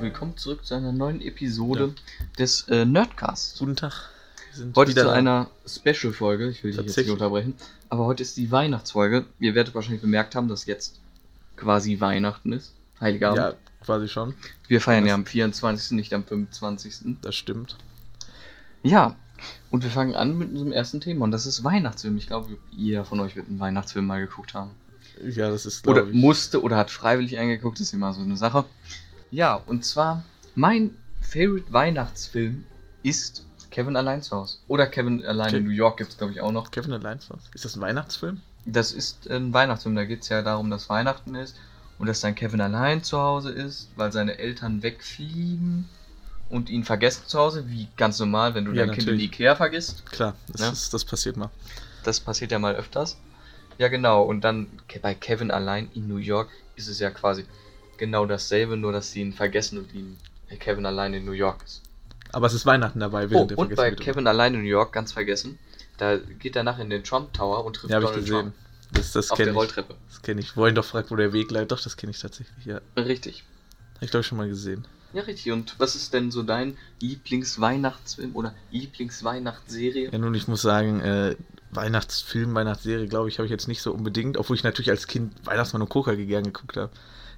willkommen zurück zu einer neuen Episode des äh, Nerdcasts. Guten Tag. Wir sind Heute zu da. einer Special-Folge. Ich will dich jetzt nicht Tatsächlich. unterbrechen. Aber heute ist die Weihnachtsfolge. Ihr werdet wahrscheinlich bemerkt haben, dass jetzt quasi Weihnachten ist. Heiliger Abend. Ja, quasi schon. Wir feiern ja Das- am 24., nicht am 25. Das stimmt. Ja, und wir fangen an mit unserem ersten Thema. Und das ist Weihnachtsfilm. Ich glaube, jeder von euch wird einen Weihnachtsfilm mal geguckt haben. Ja, das ist, oder glaube ich. musste oder hat freiwillig eingeguckt, ist immer so eine Sache. Ja, und zwar mein Favorite Weihnachtsfilm ist Kevin allein zu Hause. Oder Kevin allein in Ke- New York gibt es, glaube ich, auch noch. Kevin allein zu Hause. Ist das ein Weihnachtsfilm? Das ist ein Weihnachtsfilm, da geht es ja darum, dass Weihnachten ist und dass dann Kevin allein zu Hause ist, weil seine Eltern wegfliegen und ihn vergessen zu Hause, wie ganz normal, wenn du Ja, dein Kind in natürlich. Ikea vergisst. Klar, das, Ja. ist, das passiert mal. Das passiert ja mal öfters. Ja, genau. Und dann Ke- bei Kevin allein in New York ist es ja quasi genau dasselbe, nur dass sie ihn vergessen und ihn äh, Kevin allein in New York ist. Aber es ist Weihnachten dabei, Oh, während der und bei vergessen wird. Kevin allein in New York, ganz vergessen, da geht er nachher in den Trump Tower und trifft Ja, habe ich Donald gesehen. Trump Das, das auf der kenne ich. Rolltreppe. Das kenne ich. Wollen doch fragt, wo der Weg leitet. Doch, das kenne ich tatsächlich. Ja, Richtig. Hab ich glaube schon mal gesehen. Ja, richtig. Und was ist denn so dein Lieblingsweihnachtsfilm oder Lieblingsweihnachtsserie? Ja, nun, ich muss sagen, äh, Weihnachtsfilm, Weihnachtsserie, glaube ich, habe ich jetzt nicht so unbedingt, obwohl ich natürlich als Kind Weihnachtsmann und Koka gerne geguckt habe.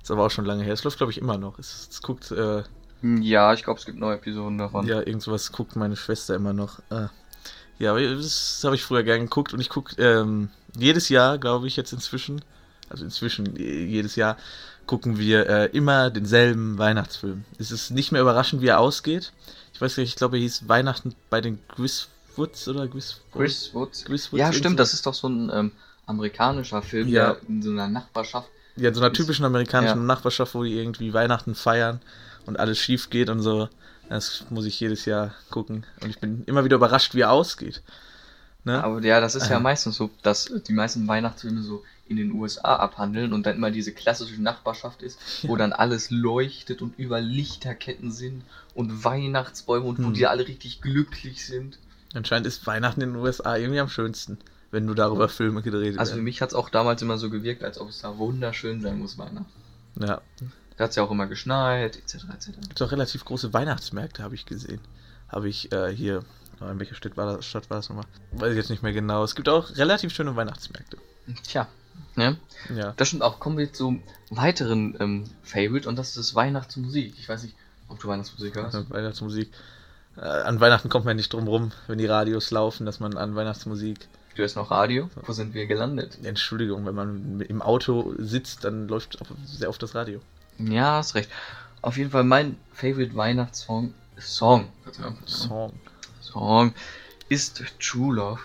Ist aber auch schon lange her. Es läuft, glaube ich, immer noch. Es, es guckt, äh, Hm, Ja, ich glaube, es gibt neue Episoden davon. ja, irgendwas guckt meine Schwester immer noch. Äh, ja, aber das habe ich früher gern geguckt und ich gucke ähm, jedes Jahr, glaube ich, jetzt inzwischen, also inzwischen äh, jedes Jahr, gucken wir äh, immer denselben Weihnachtsfilm. Es ist nicht mehr überraschend, wie er ausgeht. Ich weiß gar nicht, ich glaube, er hieß Weihnachten bei den Griswoods oder Gris Chris Woods. Griswoods Ja, irgend stimmt, so. das ist doch so ein ähm, amerikanischer Film, Ja. der in so einer Nachbarschaft. Ja, in so einer Ist- typischen amerikanischen ja. Nachbarschaft, wo die irgendwie Weihnachten feiern und alles schief geht und so. Das muss ich jedes Jahr gucken. Und ich bin immer wieder überrascht, wie er ausgeht. Ne? Aber ja, das ist ja Aha. meistens so, dass die meisten Weihnachtsfilme so in den USA abhandeln und dann immer diese klassische Nachbarschaft ist, wo dann alles leuchtet und über Lichterketten sind und Weihnachtsbäume und wo Hm. die alle richtig glücklich sind. Anscheinend ist Weihnachten in den USA irgendwie am schönsten, wenn nur darüber Filme gedreht Also für werden. mich hat es auch damals immer so gewirkt, als ob es da wunderschön sein muss, Weihnachten. Ja. Da hat es ja auch immer geschneit, etc. etc. Gibt auch relativ große Weihnachtsmärkte, habe ich gesehen. Habe ich äh, hier. In welcher Stadt war, das, Stadt war das nochmal? Weiß ich jetzt nicht mehr genau. Es gibt auch relativ schöne Weihnachtsmärkte. Tja. Ne? Ja. Das stimmt auch. Kommen wir zum weiteren ähm, Favorite und das ist das Weihnachtsmusik. Ich weiß nicht, ob du Weihnachtsmusik hörst. Ja, Weihnachtsmusik. Äh, an Weihnachten kommt man nicht drum rum, wenn die Radios laufen, dass man an Weihnachtsmusik, Du hörst noch Radio. Wo sind wir gelandet? Entschuldigung, wenn man mit- im Auto sitzt, dann läuft auf- sehr oft das Radio. Ja, hast recht. Auf jeden Fall mein Favorite Weihnachtssong Song, Song, Song. Song ist True Love.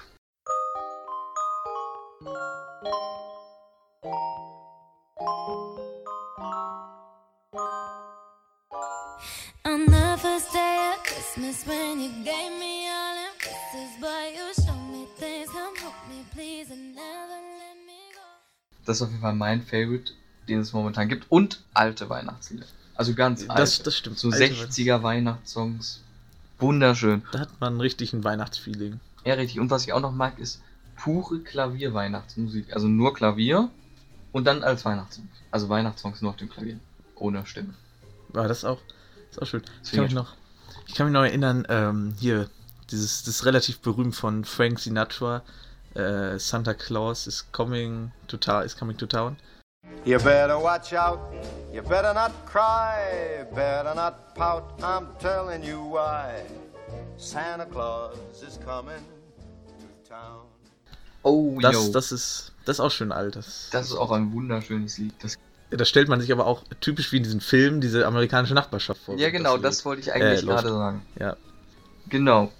On the first day of Christmas, when you gave me all them kisses, boy, you showed me things. Come help me, please, and never let me go. Das ist auf jeden Fall mein Favorite, den es momentan gibt und alte Weihnachtslieder. Also ganz alte. Das, das stimmt. so Alter, 60er Weihnachtssongs. Wunderschön. Da hat man richtig ein Weihnachtsfeeling. Ja, richtig. Und was ich auch noch mag, ist pure Klavierweihnachtsmusik. Also nur Klavier und dann als Weihnachtssong. Also Weihnachtssongs nur auf dem Klavier. Ohne Stimme. War Ah, das auch, ist auch schön. Ich Sehr kann mich schön. noch, ich kann mich noch erinnern, ähm, hier, dieses, das ist relativ berühmt von Frank Sinatra, äh, Santa Claus is coming to town, is coming to town. You better watch out. You better not cry. Better not pout. I'm telling you why. Santa Claus is coming to town. Oh, Das, yo. das ist, das ist auch schön alt. Das, das ist auch ein wunderschönes Lied. Das Ja, Das stellt man sich aber auch typisch wie in diesen Filmen, diese amerikanische Nachbarschaft vor. ja, genau, Lied. das wollte ich eigentlich Äh, läuft. gerade sagen. Ja, Genau.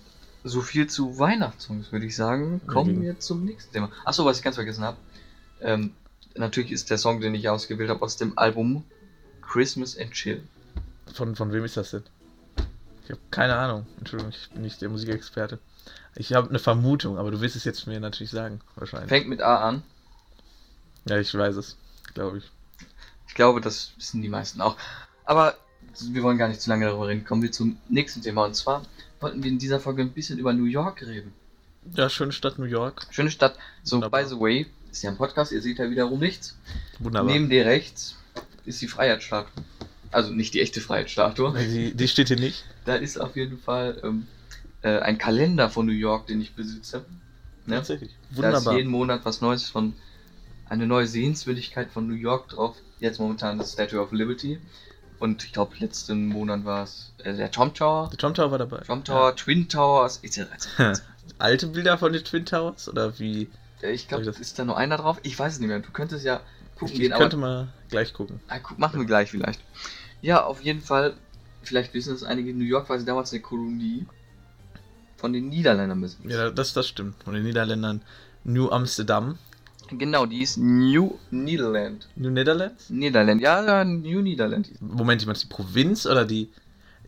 So viel zu Weihnachtssongs, würde ich sagen. Kommen Mhm. wir zum nächsten Thema. Achso, was ich ganz vergessen habe. Ähm, natürlich ist der Song, den ich ausgewählt habe, aus dem Album Christmas and Chill. von, von wem ist das denn? Ich habe keine Ahnung. Entschuldigung, ich bin nicht der Musikexperte. Ich habe eine Vermutung, aber du wirst es jetzt mir natürlich sagen, wahrscheinlich. Fängt mit A an. Ja, ich weiß es, glaube ich. Ich glaube, das wissen die meisten auch. Aber wir wollen gar nicht zu lange darüber reden. Kommen wir zum nächsten Thema. Und zwar wollten wir in dieser Folge ein bisschen über New York reden. Ja, schöne Stadt New York. Schöne Stadt. So, Wunderbar. by the way, ist ja ein Podcast, ihr seht ja wiederum nichts. Wunderbar. Neben dir rechts ist die Freiheitsstatue. also nicht die echte Freiheitsstatue. Die, die steht hier nicht. Da ist auf jeden Fall ähm, äh, ein Kalender von New York, den ich besitze. Ne? Tatsächlich. Da ist Wunderbar. jeden Monat was Neues von eine neue Sehenswürdigkeit von New York drauf. Jetzt momentan das Statue of Liberty. Und ich glaube, letzten Monat war es äh, der Trump Tower. Der Tom Tower war dabei. Trump Tower, Twin Towers, etc. Ja. Alte Bilder von den Twin Towers? Oder wie? Äh, Ich glaube, Soll ich das- ist da nur einer drauf? Ich weiß es nicht mehr. Du könntest ja gucken Ich gehen, könnte mal gleich gucken. Ah, guck, machen wir gleich vielleicht. Ja, auf jeden Fall, vielleicht wissen das einige, New York war sie damals eine Kolonie von den Niederländern besitzt. Ja, das, das stimmt. Von den Niederländern New Amsterdam. Genau, die ist New Niederland. New Netherlands? Niederland, ja, ja, New Niederland. Moment, ich meine die Provinz oder die.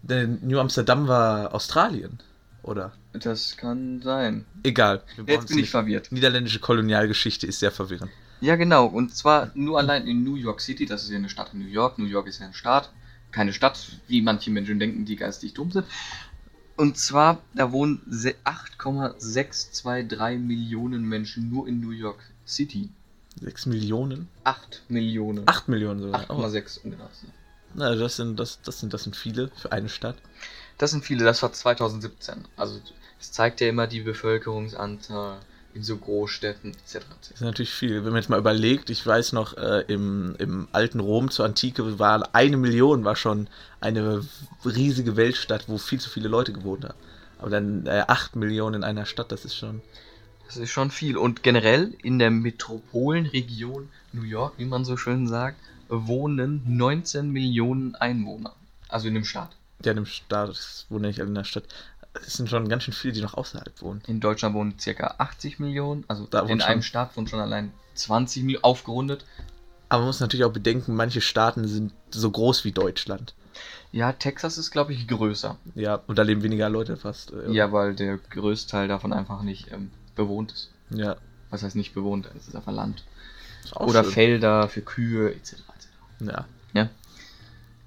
Denn New Amsterdam war Australien, oder? Das kann sein. Egal. wir brauchen's Jetzt bin ich nicht. verwirrt. Niederländische Kolonialgeschichte ist sehr verwirrend. Ja, genau, und zwar nur allein in New York City, das ist ja eine Stadt in New York. New York ist ja ein Staat, keine Stadt, wie manche Menschen denken, die geistig dumm sind. Und zwar, da wohnen se- 8,623 Millionen Menschen nur in New York City. 6 Millionen? 8 Millionen. 8 Millionen sogar. Oh, 8,6 um genau. zu sein. na, das, sind, das, das, sind, das sind viele für eine Stadt. Das sind viele, das war 2017. Also es zeigt ja immer die Bevölkerungsanzahl in so Großstädten etc. Das ist natürlich viel. Wenn man jetzt mal überlegt, ich weiß noch, äh, im, im alten Rom zur Antike waren eine Million, war schon eine riesige Weltstadt, wo viel zu viele Leute gewohnt haben. Aber dann äh, 8 Millionen in einer Stadt, das ist schon. Das ist schon viel. Und generell in der Metropolenregion New York, wie man so schön sagt, wohnen 19 Millionen Einwohner. Also in dem Staat. Ja, in dem Staat, das wohnen ja nicht alle in der Stadt. Es sind schon ganz schön viele, die noch außerhalb wohnen. In Deutschland wohnen circa 80 Millionen. Also Da in wohnt schon- einem Staat wohnen schon allein 20 Millionen aufgerundet. Aber man muss natürlich auch bedenken, manche Staaten sind so groß wie Deutschland. Ja, Texas ist, glaube ich, größer. Ja, und da leben weniger Leute fast. äh, Ja, weil der größte Teil davon einfach nicht ähm, bewohnt ist. ja. Was heißt nicht bewohnt? Es ist einfach Land. Ist auch Oder schön. Felder für Kühe etc. etc. Ja.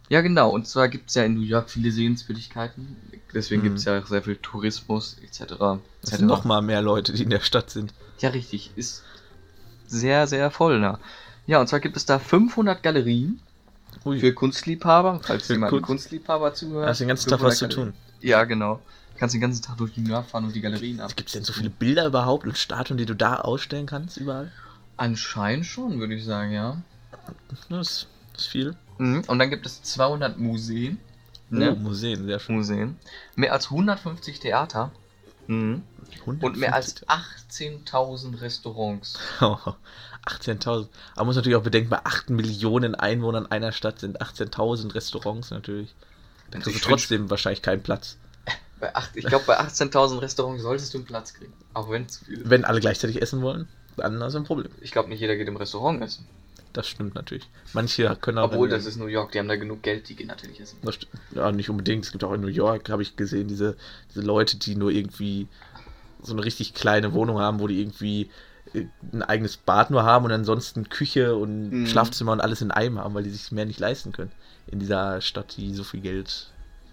Ja, genau. Und zwar gibt es ja in New York viele Sehenswürdigkeiten. Deswegen Mhm. gibt es ja auch sehr viel Tourismus etc. Es sind noch mal mehr Leute, die in der Stadt sind. Ja, richtig. Ist sehr, sehr voll da. Ja, und zwar gibt es da 500 Galerien Ui, für Kunstliebhaber. Falls Für jemand Kunst- Kunstliebhaber zuhört. hast den ganzen Tag was zu 500 tun. Galerien. Ja, genau. Kannst den ganzen Tag durch New York fahren und die Galerien ab. Gibt es Also denn so viele Bilder überhaupt und Statuen, die du da ausstellen kannst, überall? Anscheinend schon, würde ich sagen, ja. Das ist viel. Mhm. Und dann gibt es 200 Museen. ne? Oh, Museen, sehr schön. Museen. Mehr als 150 Theater. Mhm. Und mehr als 18.000 Restaurants. 18.000. Aber Oh, man muss natürlich auch bedenken, bei 8 Millionen Einwohnern einer Stadt sind 18.000 Restaurants natürlich. Da Und kriegst ich du trotzdem wahrscheinlich keinen Platz. Bei acht, ich glaube, bei 18.000 Restaurants solltest du einen Platz kriegen. Auch wenn es zu viel ist. Wenn alle gleichzeitig essen wollen, dann ist ein Problem. Ich glaube, nicht jeder geht im Restaurant essen. Das stimmt natürlich. Manche können auch. Obwohl, das ist New York, die haben da genug Geld, die gehen natürlich essen. Das st- Ja, nicht unbedingt. Es gibt auch in New York, habe ich gesehen, diese, diese Leute, die nur irgendwie so eine richtig kleine Wohnung haben, wo die irgendwie äh, ein eigenes Bad nur haben und ansonsten Küche und Mhm. Schlafzimmer und alles in einem haben, weil die sich mehr nicht leisten können. In dieser Stadt, die so viel Geld.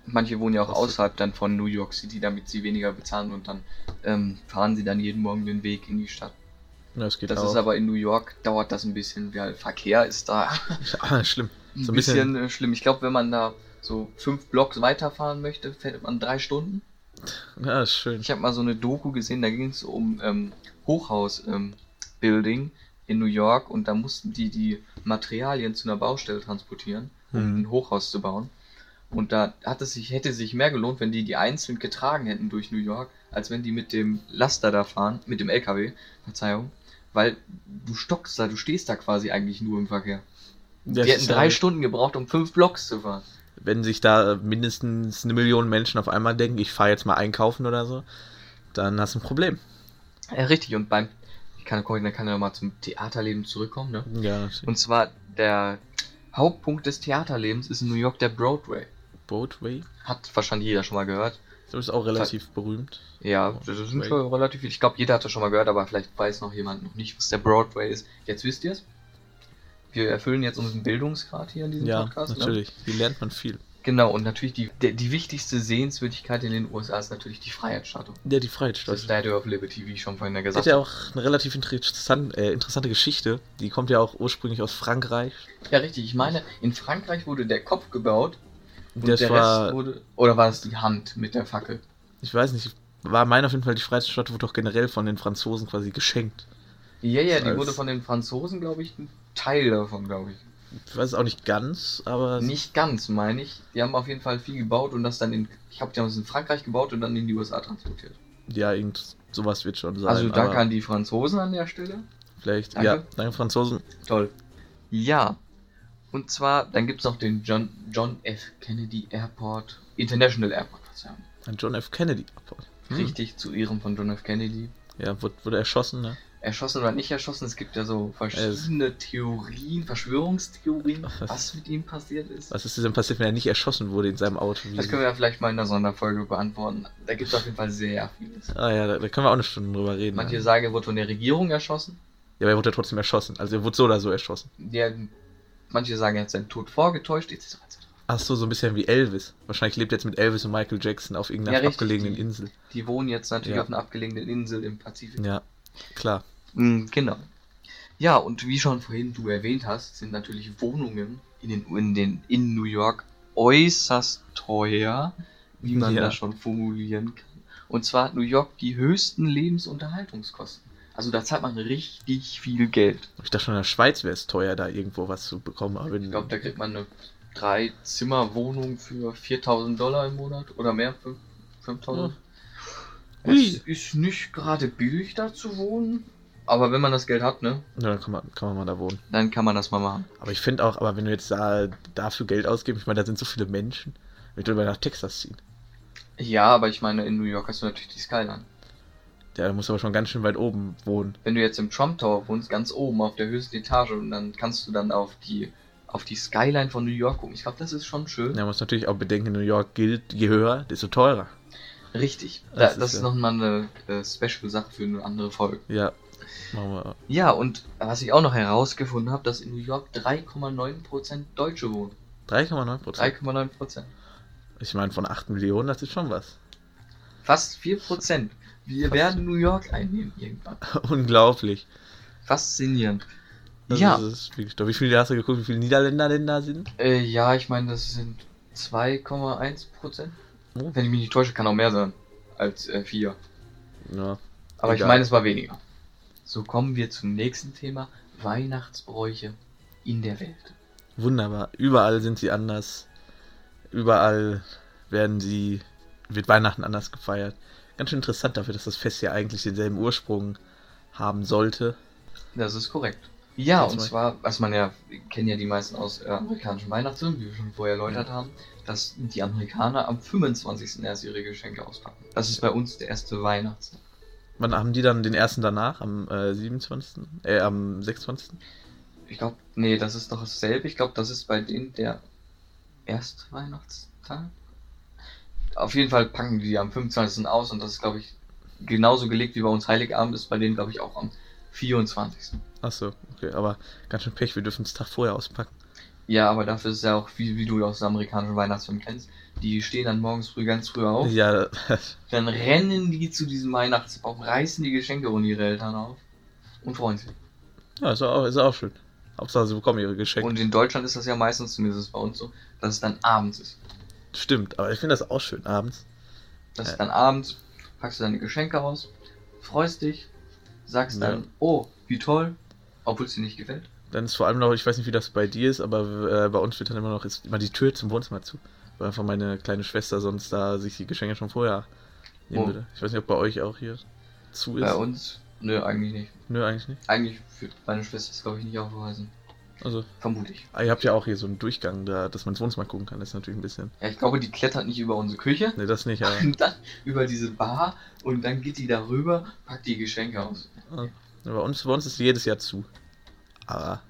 Manche wohnen ja auch Kostet. außerhalb dann von New York City, damit sie weniger bezahlen und dann ähm, fahren sie dann jeden Morgen den Weg in die Stadt. Ja, das geht Das auch. ist aber in New York, dauert das ein bisschen, weil Verkehr ist da Ah, schlimm. ein So bisschen, äh, schlimm. Ich glaube, wenn man da so fünf Blocks weiterfahren möchte, fährt man drei Stunden. Ja, ist schön. Ich habe mal so eine Doku gesehen, da ging es um ähm, Hochhaus-Building in New York und da mussten die die Materialien zu einer Baustelle transportieren, um Mhm. ein Hochhaus zu bauen. Und da hat es sich, hätte sich mehr gelohnt, wenn die die einzeln getragen hätten durch New York, als wenn die mit dem Laster da fahren, mit dem LKW, Verzeihung, weil du stockst da, du stehst da quasi eigentlich nur im Verkehr. Das die hätten ist halt ja- drei Stunden gebraucht, um fünf Blocks zu fahren. Wenn sich da mindestens eine Million Menschen auf einmal denken, ich fahre jetzt mal einkaufen oder so, dann hast du ein Problem. Ja, richtig. Und beim, ich kann, dann kann er nochmal zum Theaterleben zurückkommen, ne? Ja, Und zwar der Hauptpunkt des Theaterlebens ist in New York der Broadway. Boatway. Hat wahrscheinlich jeder schon mal gehört. Das ist auch relativ berühmt. Ja, Oh, das sind Broadway. schon relativ viel. Ich glaube, jeder hat das schon mal gehört, aber vielleicht weiß noch jemand noch nicht, was der Broadway ist. Jetzt wisst ihr es. Wir erfüllen jetzt unseren Bildungsgrad hier in diesem Ja, Podcast. ne? natürlich. Hier lernt man viel. Ne? Genau, und natürlich die, der, die wichtigste Sehenswürdigkeit in den USA ist natürlich die Freiheitsstatue. Ja, die Das Freiheitsstatue. Statue of Liberty, wie ich schon vorhin ja Das gesagt hat ja auch eine relativ interessan äh, interessante Geschichte. Die kommt ja auch ursprünglich aus Frankreich. habe. Ja, richtig. Ich meine, in Frankreich wurde der Kopf gebaut und das der war, Rest wurde. Oder war es die Hand mit der Fackel? ich weiß nicht, war mein auf jeden Fall die Freiheitsstatue wurde doch generell von den Franzosen quasi geschenkt. Ja, ja, die Als- wurde von den Franzosen, glaube ich, ein Teil davon, glaube ich. Ich weiß es auch nicht ganz, aber Nicht ganz, meine ich. Die haben auf jeden Fall viel gebaut und das dann in. Ich habe die haben es in Frankreich gebaut und dann in die USA transportiert. ja, irgend sowas wird schon sein. also danke aber an die Franzosen an der Stelle. Vielleicht, Danke. ja, danke Franzosen. Toll. Ja. Und zwar, dann gibt es noch den John, John F. Kennedy Airport. International Airport, Verzeihung. An John F. Kennedy. Airport. Hm. Richtig zu Ehren von John F. Kennedy. Ja, wurde, wurde erschossen, ne? Erschossen oder nicht erschossen, es gibt ja so verschiedene Theorien, Verschwörungstheorien, was- was, mit ihm passiert ist. Was ist denn passiert, wenn er nicht erschossen wurde in seinem Auto? Wie- Das können wir ja vielleicht mal in einer Sonderfolge beantworten. Da gibt es auf jeden Fall sehr vieles. ah ja, da, da können wir auch eine Stunde drüber reden. Manche ja. sagen, er wurde von der Regierung erschossen. ja, aber er wurde ja trotzdem erschossen. Also er wurde so oder so erschossen. Der, manche sagen, er hat seinen Tod vorgetäuscht, etc. etc. Ach so, so ein bisschen wie Elvis. Wahrscheinlich lebt er jetzt mit Elvis und Michael Jackson auf irgendeiner Ja, richtig, abgelegenen die- Insel. Die wohnen jetzt natürlich Ja. auf einer abgelegenen Insel im Pazifik. Ja, klar. Mm, Genau. Ja, und wie schon vorhin du erwähnt hast, sind natürlich Wohnungen in, den, in, den, in New York äußerst teuer, wie man Ja. das schon formulieren kann. Und zwar hat New York die höchsten Lebensunterhaltungskosten. Also da zahlt man richtig viel Geld. Ich dachte schon, in der Schweiz wäre es teuer, da irgendwo was zu bekommen. Aber Ich glaube, da kriegt man eine Drei-Zimmer-Wohnung für 4000 Dollar im Monat oder mehr, fünf- 5000. Ui. Es ist nicht gerade billig da zu wohnen, aber wenn man das Geld hat, ne, Na, dann kann man, kann man mal da wohnen. dann kann man das mal machen. Aber ich finde auch, aber wenn wir jetzt da dafür Geld ausgeben, ich meine, da sind so viele Menschen, wenn wir nach Texas ziehen. Ja, aber ich meine, in New York hast du natürlich die Skyline. Der muss aber schon ganz schön weit oben wohnen. Wenn du jetzt im Trump Tower wohnst, ganz oben auf der höchsten Etage, und dann kannst du dann auf die auf die Skyline von New York gucken. Ich glaube, das ist schon schön. Ja, man muss natürlich auch bedenken, New York gilt, je höher, desto teurer. Richtig. Da, Das das ist ist, ja- nochmal eine äh, Special-Sache für eine andere Folge. Ja, machen wir. Ja, und was ich auch noch herausgefunden habe, dass in New York 3,9% Deutsche wohnen. 3,9 Prozent. 3,9%. Ich meine, von 8 Millionen, das ist schon was. Fast 4%. Wir Fast. werden New York einnehmen irgendwann. Unglaublich. Faszinierend. Das ja. Ist, wirklich toll. wie viele hast du geguckt, wie viele Niederländer denn da sind? Äh, ja, ich meine, das sind 2,1 Prozent. Oh. Wenn ich mich nicht täusche, kann auch mehr sein als äh, 4. Ja. Aber ich Egal. meine, es war weniger. So kommen wir zum nächsten Thema: Weihnachtsbräuche in der Welt. Wunderbar. Überall sind sie anders. Überall werden sie, wird Weihnachten anders gefeiert. Ganz schön interessant dafür, dass das Fest ja eigentlich denselben Ursprung haben sollte. Das ist korrekt. Ja, Das und war- zwar, was man ja, kennen ja die meisten aus äh, amerikanischen Weihnachtsfilmen, wie wir schon vorher erläutert haben, dass die Amerikaner am 25. erst ihre Geschenke auspacken. Das ist bei uns der erste Weihnachtstag. Wann haben die dann den ersten danach? Am äh, 27. Äh, am 26. Ich glaube, nee, das ist doch dasselbe. Ich glaube, das ist bei denen der erste Weihnachtstag. Auf jeden Fall packen die am 25. aus und das ist, glaube ich, genauso gelegt wie bei uns Heiligabend ist bei denen, glaube ich, auch am 24. Achso, okay, aber ganz schön Pech, wir dürfen es Tag vorher auspacken. Ja, aber dafür ist ja auch, wie, wie du aus dem amerikanischen Weihnachtsfilm kennst, die stehen dann morgens früh ganz früh auf, Ja, dann rennen die zu diesem Weihnachtsbaum, reißen die Geschenke ohne ihre Eltern auf und freuen sich. ja ist, auch, ist auch schön. Hauptsache, sie bekommen ihre Geschenke. Und in Deutschland ist das ja meistens, zumindest bei uns so, dass es dann abends ist. Stimmt, aber ich finde das auch schön abends. Das Äh. ist dann abends, packst du deine Geschenke aus, freust dich, sagst Ja. dann, oh, wie toll, obwohl es dir nicht gefällt. Dann ist vor allem noch, ich weiß nicht, wie das bei dir ist, aber äh, bei uns wird dann immer noch ist immer die Tür zum Wohnzimmer zu. Weil einfach meine kleine Schwester sonst da sich die Geschenke schon vorher nehmen Oh. würde. Ich weiß nicht, ob bei euch auch hier zu ist. Bei uns, nö, eigentlich nicht. Nö, eigentlich nicht. Eigentlich wird meine Schwester es, glaube ich, nicht aufweisen. Also, Vermute ich. ah, ihr habt ja auch hier so einen Durchgang, da, dass man ins Wohnzimmer gucken kann. Das ist natürlich ein bisschen. Ja, ich glaube, die klettert nicht über unsere Küche. Ne, das nicht, aber. Und dann über diese Bar und dann geht die darüber, packt die Geschenke aus. ah, bei, uns, bei uns ist jedes Jahr zu. Aber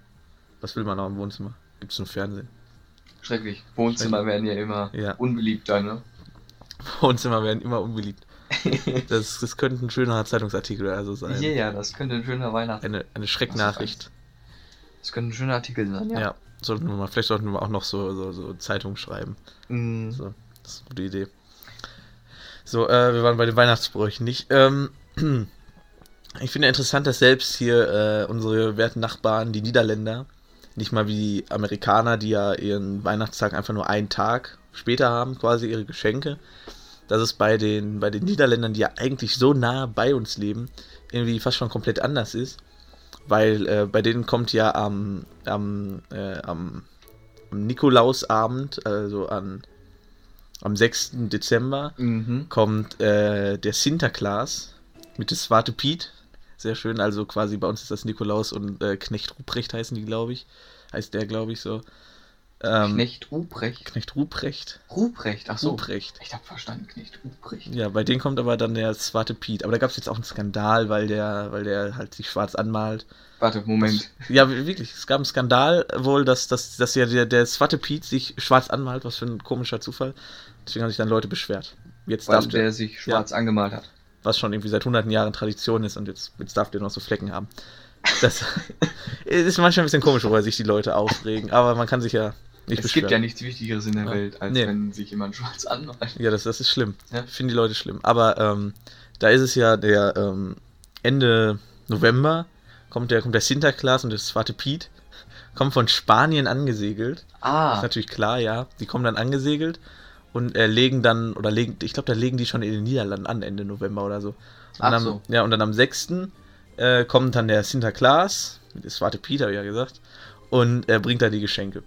was will man auch im Wohnzimmer? Gibt es nur Fernsehen? Schrecklich. Wohnzimmer werden ja immer Ja. unbeliebter, ne? Wohnzimmer werden immer unbeliebt. Das, das könnte ein schöner Zeitungsartikel oder so sein. Ja, ja, das könnte ein schöner Weihnachts... Eine, eine Schrecknachricht. Das könnte ein schöner Artikel sein, Ja. ja. es Sollten wir mal, vielleicht sollten wir auch noch so, so, so Zeitung schreiben. Mhm. Mhm. So, das ist eine gute Idee. So, äh, wir waren bei den Weihnachtsbräuchen nicht. Ähm, ich finde interessant, dass selbst hier äh, unsere werten Nachbarn, die Niederländer, nicht mal wie die Amerikaner, die ja ihren Weihnachtstag einfach nur einen Tag später haben, quasi ihre Geschenke, dass es bei den, bei den Niederländern, die ja eigentlich so nah bei uns leben, irgendwie fast schon komplett anders ist. Weil äh, bei denen kommt ja am, am, äh, am, am Nikolausabend, also an, am 6. Dezember, Mhm. kommt äh, der Sinterklaas mit des Swarte Piet. Sehr schön, also quasi bei uns ist das Nikolaus und äh, Knecht Ruprecht heißen die, glaube ich. Heißt der, glaube ich, so. Ähm, Knecht. Knecht Ruprecht. Ruprecht. Ruprecht, ach so. Ruprecht. Ich hab verstanden, Knecht Ruprecht. Ja, bei denen kommt aber dann der Swarte Piet. Aber da gab es jetzt auch einen Skandal, weil der, weil der halt sich schwarz anmalt. Warte, Moment. Ja, wi- wirklich, es gab einen Skandal wohl, dass, dass, dass ja der, der Swarte Piet sich schwarz anmalt, was für ein komischer Zufall. Deswegen haben sich dann Leute beschwert. Jetzt Weil darf der sich schwarz angemalt hat. was schon irgendwie seit hunderten Jahren Tradition ist und jetzt, jetzt darf der noch so Flecken haben. Das ist manchmal ein bisschen komisch, worüber sich die Leute aufregen, aber man kann sich ja nicht es beschweren. gibt ja nichts Wichtigeres in der Ja. Welt, als Nee. wenn sich jemand schwarz anmalt. Ja, das, das ist schlimm. Ja. Finden die Leute schlimm. Aber ähm, da ist es ja der ähm, Ende November kommt der, kommt der Sinterklaas und das Zwarte Piet kommen von Spanien angesegelt. Ist Ah, natürlich klar, ja. Die kommen dann angesegelt und äh, legen dann, oder legen, ich glaube, da legen die schon in den Niederlanden an, Ende November oder so. Und Ach am, so. Ja, und dann am 6. Äh, kommt dann der Sinterklaas, das warte Peter, ja gesagt, und äh, bringt da die Geschenke.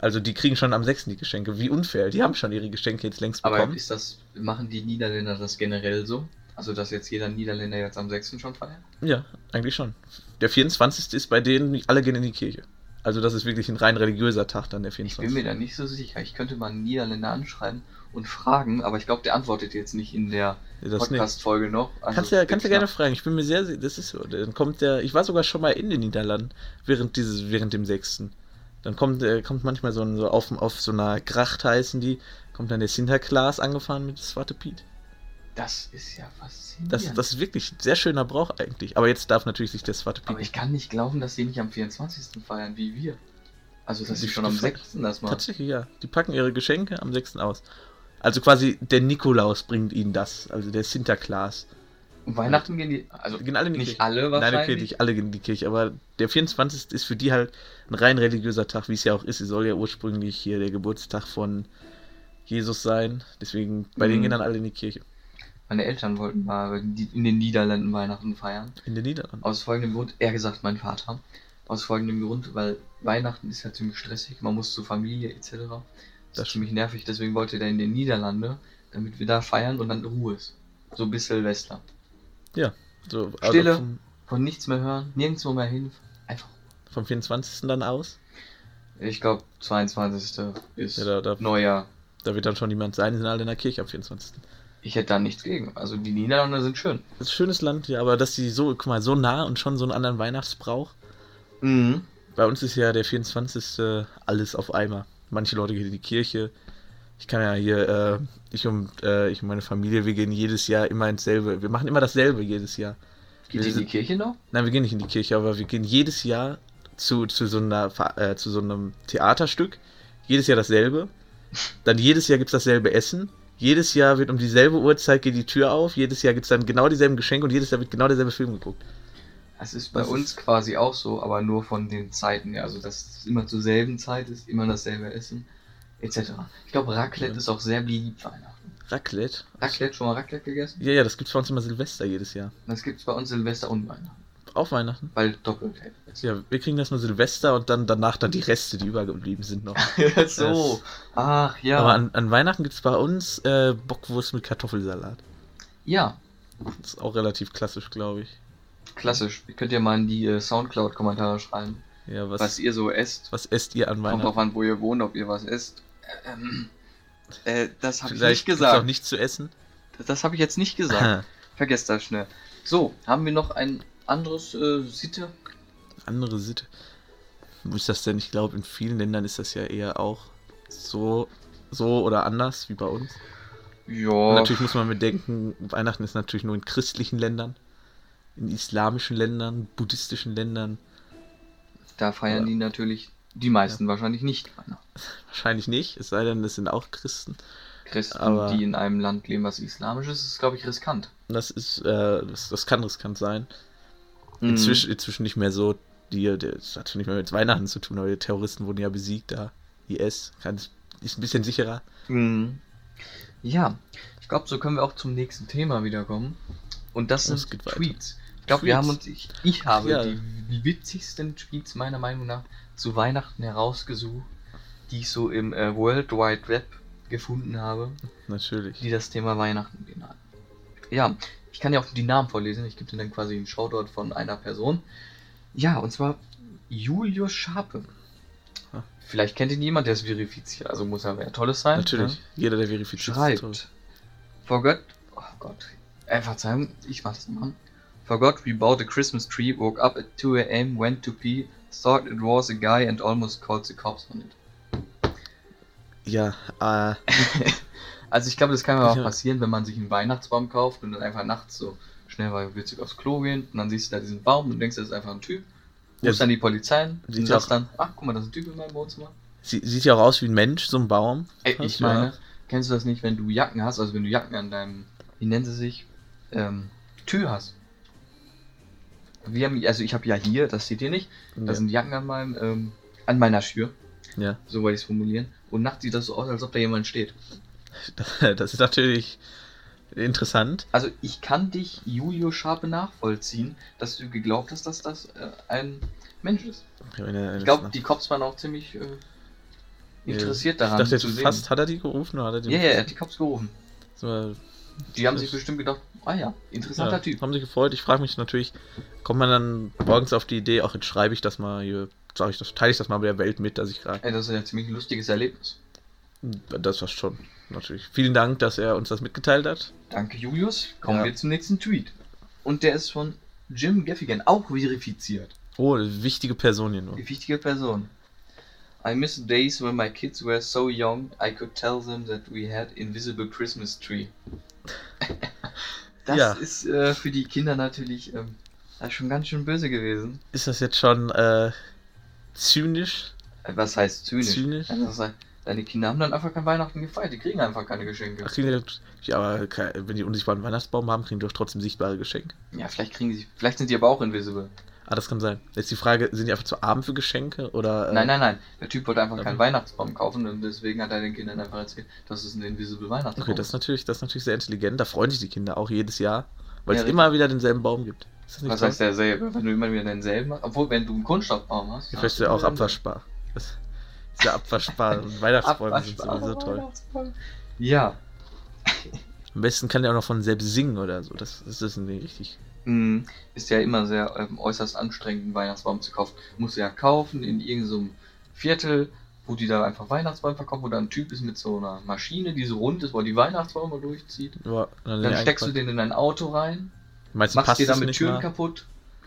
Also die kriegen schon am 6. die Geschenke. Wie unfair. Die haben schon ihre Geschenke jetzt längst aber bekommen. ist das, machen die Niederländer das generell so? Also, dass jetzt jeder Niederländer jetzt am 6. schon feiert? Ja, eigentlich schon. Der 24. ist bei denen, alle gehen in die Kirche. Also das ist wirklich ein rein religiöser Tag dann, der Ich bin 24. mir da nicht so sicher. Ich könnte mal einen Niederländer anschreiben und fragen, aber ich glaube, der antwortet jetzt nicht in der das nicht. Podcast-Folge noch. Also kannst ja, wird kannst ja knapp. gerne fragen. Ich bin mir sehr, sehr- das ist so. Dann kommt der, ich war sogar schon mal in den Niederlanden während dieses, während dem sechsten. Dann kommt, äh, kommt manchmal so ein, so auf, auf so einer Gracht heißen die, kommt dann der Sinterklaas angefahren mit Swarte Piet. Das ist ja faszinierend. Das, das ist wirklich ein sehr schöner Brauch eigentlich. Aber jetzt darf natürlich sich der Swarte aber ich Piet. kann nicht glauben, dass die nicht am 24. feiern, wie wir. Also, dass Die sie schon am Stiefel- 6. das machen. Tatsächlich, ja. Die packen ihre Geschenke am sechsten aus. Also quasi der Nikolaus bringt ihnen das, also der Sinterklaas. Und Um Weihnachten gehen die. Also, Gehen alle in die nicht Kirche. alle Nein, wahrscheinlich. okay, nicht alle gehen in die Kirche, aber der 24. ist für die halt ein rein religiöser Tag, wie es ja auch ist. Es soll ja ursprünglich hier der Geburtstag von Jesus sein. Deswegen, bei denen Mhm. gehen dann alle in die Kirche. Meine Eltern wollten mal in den Niederlanden Weihnachten feiern. In den Niederlanden. Aus folgendem Grund, eher gesagt mein Vater, aus folgendem Grund, weil Weihnachten ist ja ziemlich stressig, man muss zur Familie etc. Das ist Das ziemlich nervig, deswegen wollte der in den Niederlande, damit wir da feiern und dann Ruhe ist. So bis Silvester. So, also Stille. Vom, Von nichts mehr hören, nirgendwo mehr hin. Einfach. vom 24. dann aus. Ich glaube, 22. ist Ja, da, da, Neujahr. da wird dann schon niemand sein, die sind alle in der Kirche am 24. Ich hätte da nichts gegen. Also die Niederlande sind schön. Das ist ein schönes Land, ja, aber dass die so, guck mal, so nah und schon so einen anderen Weihnachtsbrauch. Mhm. Bei uns ist ja der 24. alles auf einmal. Manche Leute gehen in die Kirche. Ich kann ja hier, äh, ich, und, äh, ich und meine Familie, wir gehen jedes Jahr immer ins selbe. Wir machen immer dasselbe jedes Jahr. Geht in Wir die sind- Kirche noch? Nein, wir gehen nicht in die Kirche, aber wir gehen jedes Jahr zu, zu, so, einer, Ver- äh, zu so einem Theaterstück. Jedes Jahr dasselbe. Dann jedes Jahr gibt es dasselbe Essen. Jedes Jahr wird um dieselbe Uhrzeit geht die Tür auf. Jedes Jahr gibt es dann genau dieselben Geschenke und jedes Jahr wird genau derselbe Film geguckt. Es ist bei Das uns quasi auch so, aber nur von den Zeiten her. Also, dass es immer zur selben Zeit ist, immer dasselbe Essen, etc. Ich glaube, Raclette Ja. ist auch sehr beliebt Weihnachten. Raclette. Raclette, schon mal Raclette gegessen? Ja, ja, das gibt's bei uns immer Silvester jedes Jahr. Das gibt es bei uns Silvester und Weihnachten, Auf Weihnachten. weil doppelt ist. Ja, wir kriegen das nur Silvester und dann danach dann die Reste, die übergeblieben sind noch. so. Das- Ach ja. Aber an, an Weihnachten gibt es bei uns äh, Bockwurst mit Kartoffelsalat. ja, Das ist auch relativ klassisch, glaube ich. klassisch. Ihr könnt ja mal in die äh, Soundcloud-Kommentare schreiben, Ja, was, was, was, ihr so esst. esst ihr an Kommt Weihnachten? drauf an, wo ihr wohnt, ob ihr was esst. Ähm, äh, das habe ich Vielleicht nicht gibt's gesagt. auch nichts zu essen. Das habe ich jetzt nicht gesagt. Vergesst das schnell. So, haben wir noch ein anderes äh, Sitte? Andere Sitte. Wo ist das denn? Ich glaube, in vielen Ländern ist das ja eher auch so, so oder anders wie bei uns. Und Ja. natürlich muss man bedenken, Weihnachten ist natürlich nur in christlichen Ländern, in islamischen Ländern, buddhistischen Ländern. Da feiern Ja. die natürlich Die meisten wahrscheinlich nicht. Rainer. Wahrscheinlich nicht, es sei denn, es sind auch Christen. Christen, Aber- die in einem Land leben, was islamisch ist, ist, glaube ich, riskant. Das ist, äh, das, das kann riskant sein. Mhm. Inzwischen, inzwischen nicht mehr so, die, die, das hat schon nicht mehr mit Weihnachten zu tun, aber die Terroristen wurden ja besiegt da. IS kann, ist ein bisschen sicherer. Mhm. Ja, ich glaube, so können wir auch zum nächsten Thema wiederkommen. Und das Oh, es sind geht weiter. Tweets. Ich glaube, wir Tweets. haben uns, ich, ich habe Ja. die, die witzigsten Tweets meiner Meinung nach zu Weihnachten herausgesucht, die ich so im äh, World Wide Web gefunden habe, Natürlich. die das Thema Weihnachten beinhalten. Ja, ich kann ja auch die Namen vorlesen. Ich gebe dir dann quasi einen Shoutout von einer Person. Ja, und zwar Julius Schape. Ah. Vielleicht kennt ihn jemand, der ist verifiziert, also muss er wer Tolles sein. ne? Natürlich. Jeder, der verifiziert ist, tot. schreibt. For God. Oh Gott. Äh, Verzeihung, ich mach das nochmal. For God, we bought a Christmas tree, woke up at 2 a.m., went to pee, thought it was a guy and almost called the cops on it. Ja, äh, Also ich glaube, das kann ja auch Ja. passieren, wenn man sich einen Weihnachtsbaum kauft und dann einfach nachts so schnell mal witzig aufs Klo gehen und dann siehst du da diesen Baum und denkst, das ist einfach ein Typ. Rufst Ja, dann die Polizei an sieht und sagst auch- dann, ach guck mal, das ist ein Typ in meinem Wohnzimmer. sie, sieht ja auch aus wie ein Mensch, so ein Baum. Ey, Hast ich du meine, auch. kennst du das nicht, wenn du Jacken hast, also wenn du Jacken an deinem, wie nennen sie sich, ähm, Tür hast? Wir haben, also ich habe ja hier, das seht ihr nicht, da sind Jacken an meinem, ähm, an meiner Tür, Ja, so wollte ich es formulieren. Und nachts sieht das so aus, als ob da jemand steht. ja. das ist natürlich interessant. Also ich kann dich, Julio Schape, nachvollziehen, dass du geglaubt hast, dass das äh, ein Mensch ist. Ich glaube, die Cops waren auch ziemlich äh, interessiert daran Ich dachte, jetzt zu sehen. fast hat er die gerufen oder hat er die ja, ja, er hat die Cops gerufen. So, äh, Die haben Das- sich bestimmt gedacht, ah ja, interessanter ja, Typ. Haben sich gefreut. Ich frage mich natürlich, kommt man dann morgens auf die Idee, auch jetzt schreibe ich das mal hier, sag ich das, teile ich das mal mit der Welt mit, dass ich gerade. Ey, das ist ja ein ziemlich lustiges Erlebnis. Das war schon, natürlich. Vielen Dank, dass er uns das mitgeteilt hat. Danke, Julius. Kommen Ja. wir zum nächsten Tweet. Und der ist von Jim Gaffigan, auch verifiziert. Oh, wichtige Person hier nur. Die wichtige Person. I miss the days when my kids were so young, I could tell them that we had invisible Christmas tree. das Ja. ist äh, für die Kinder natürlich ähm, das ist schon ganz schön böse gewesen. Ist das jetzt schon äh, zynisch? Äh, Was heißt zynisch? Zynisch? Also, das heißt, deine Kinder haben dann einfach kein Weihnachten gefeiert, die kriegen einfach keine Geschenke. Ach, kriegen die, ja, aber ke- wenn die unsichtbaren Weihnachtsbaum haben, kriegen die doch trotzdem sichtbare Geschenke. Ja, vielleicht kriegen sie, vielleicht sind die aber auch invisible. Ah, das kann sein. Jetzt die Frage, sind die einfach zu arm für Geschenke oder? Äh, Nein, nein, nein. Der Typ wollte einfach keinen Ähm. Weihnachtsbaum kaufen und deswegen hat er den Kindern einfach erzählt, das ist ein Invisible Weihnachtsbaum. Okay, das ist natürlich, das ist natürlich sehr intelligent. Da freuen sich die Kinder auch jedes Jahr, weil Ja, es richtig. immer wieder denselben Baum gibt. Ist das nicht Was toll? heißt derselbe? Wenn du immer wieder denselben hast, obwohl, wenn du einen Kunststoffbaum hast. Ja, hast Vielleicht ist ja auch immer denselben. abwaschbar. Das, diese abwaschbaren Weihnachtsbäume Abwaschbar- sind sowieso toll. Weihnachtsbaum. Ja. Am besten kann der auch noch von selbst singen oder so. Das, das ist nicht richtig. Mhm. Ist ja immer sehr ähm, äußerst anstrengend, einen Weihnachtsbaum zu kaufen. Musst du ja kaufen in irgendeinem Viertel, wo die da einfach Weihnachtsbäume verkaufen, wo da ein Typ ist mit so einer Maschine, die so rund ist, wo er die Weihnachtsbäume durchzieht. Ja, dann Dann steckst du den in dein Auto rein, Meinst du, machst passt dir es damit nicht Türen mal? kaputt.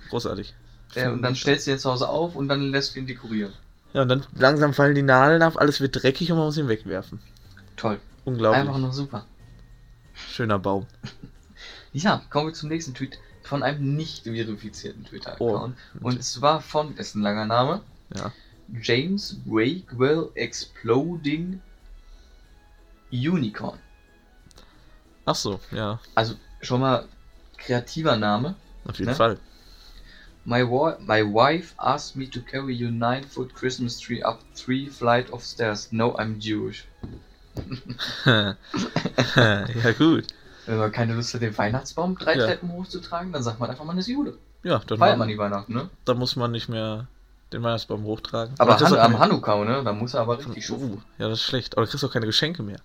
Großartig. Ja, und dann stellst du ihn zu Hause auf und dann lässt du ihn dekorieren. ja, und dann langsam fallen die Nadeln ab, alles wird dreckig und man muss ihn wegwerfen. Toll. Unglaublich. Einfach nur super. Schöner Baum. Ja, kommen wir zum nächsten Tweet von einem nicht verifizierten Twitter-Account. und zwar von, ist ein langer Name, Oh, Ja. James Wakewell Exploding Unicorn. Ach so, ja. Also schon mal kreativer Name. Auf jeden Ne? Fall. My, wa my wife asked me to carry your nine foot Christmas tree up three flight of stairs. No, I'm Jewish. ja, gut. Wenn man keine Lust hat, den Weihnachtsbaum drei Ja. Genau. Treppen hochzutragen, dann sagt man einfach, man ist Jude. Ja, dann, Feiert man die Weihnachten, ne? dann muss man nicht mehr den Weihnachtsbaum hochtragen. Aber Macht das Han auch am keine- Hanukkah, ne? Da muss er aber richtig schuften. Uh, ja, das ist schlecht. Aber du kriegst auch keine Geschenke mehr.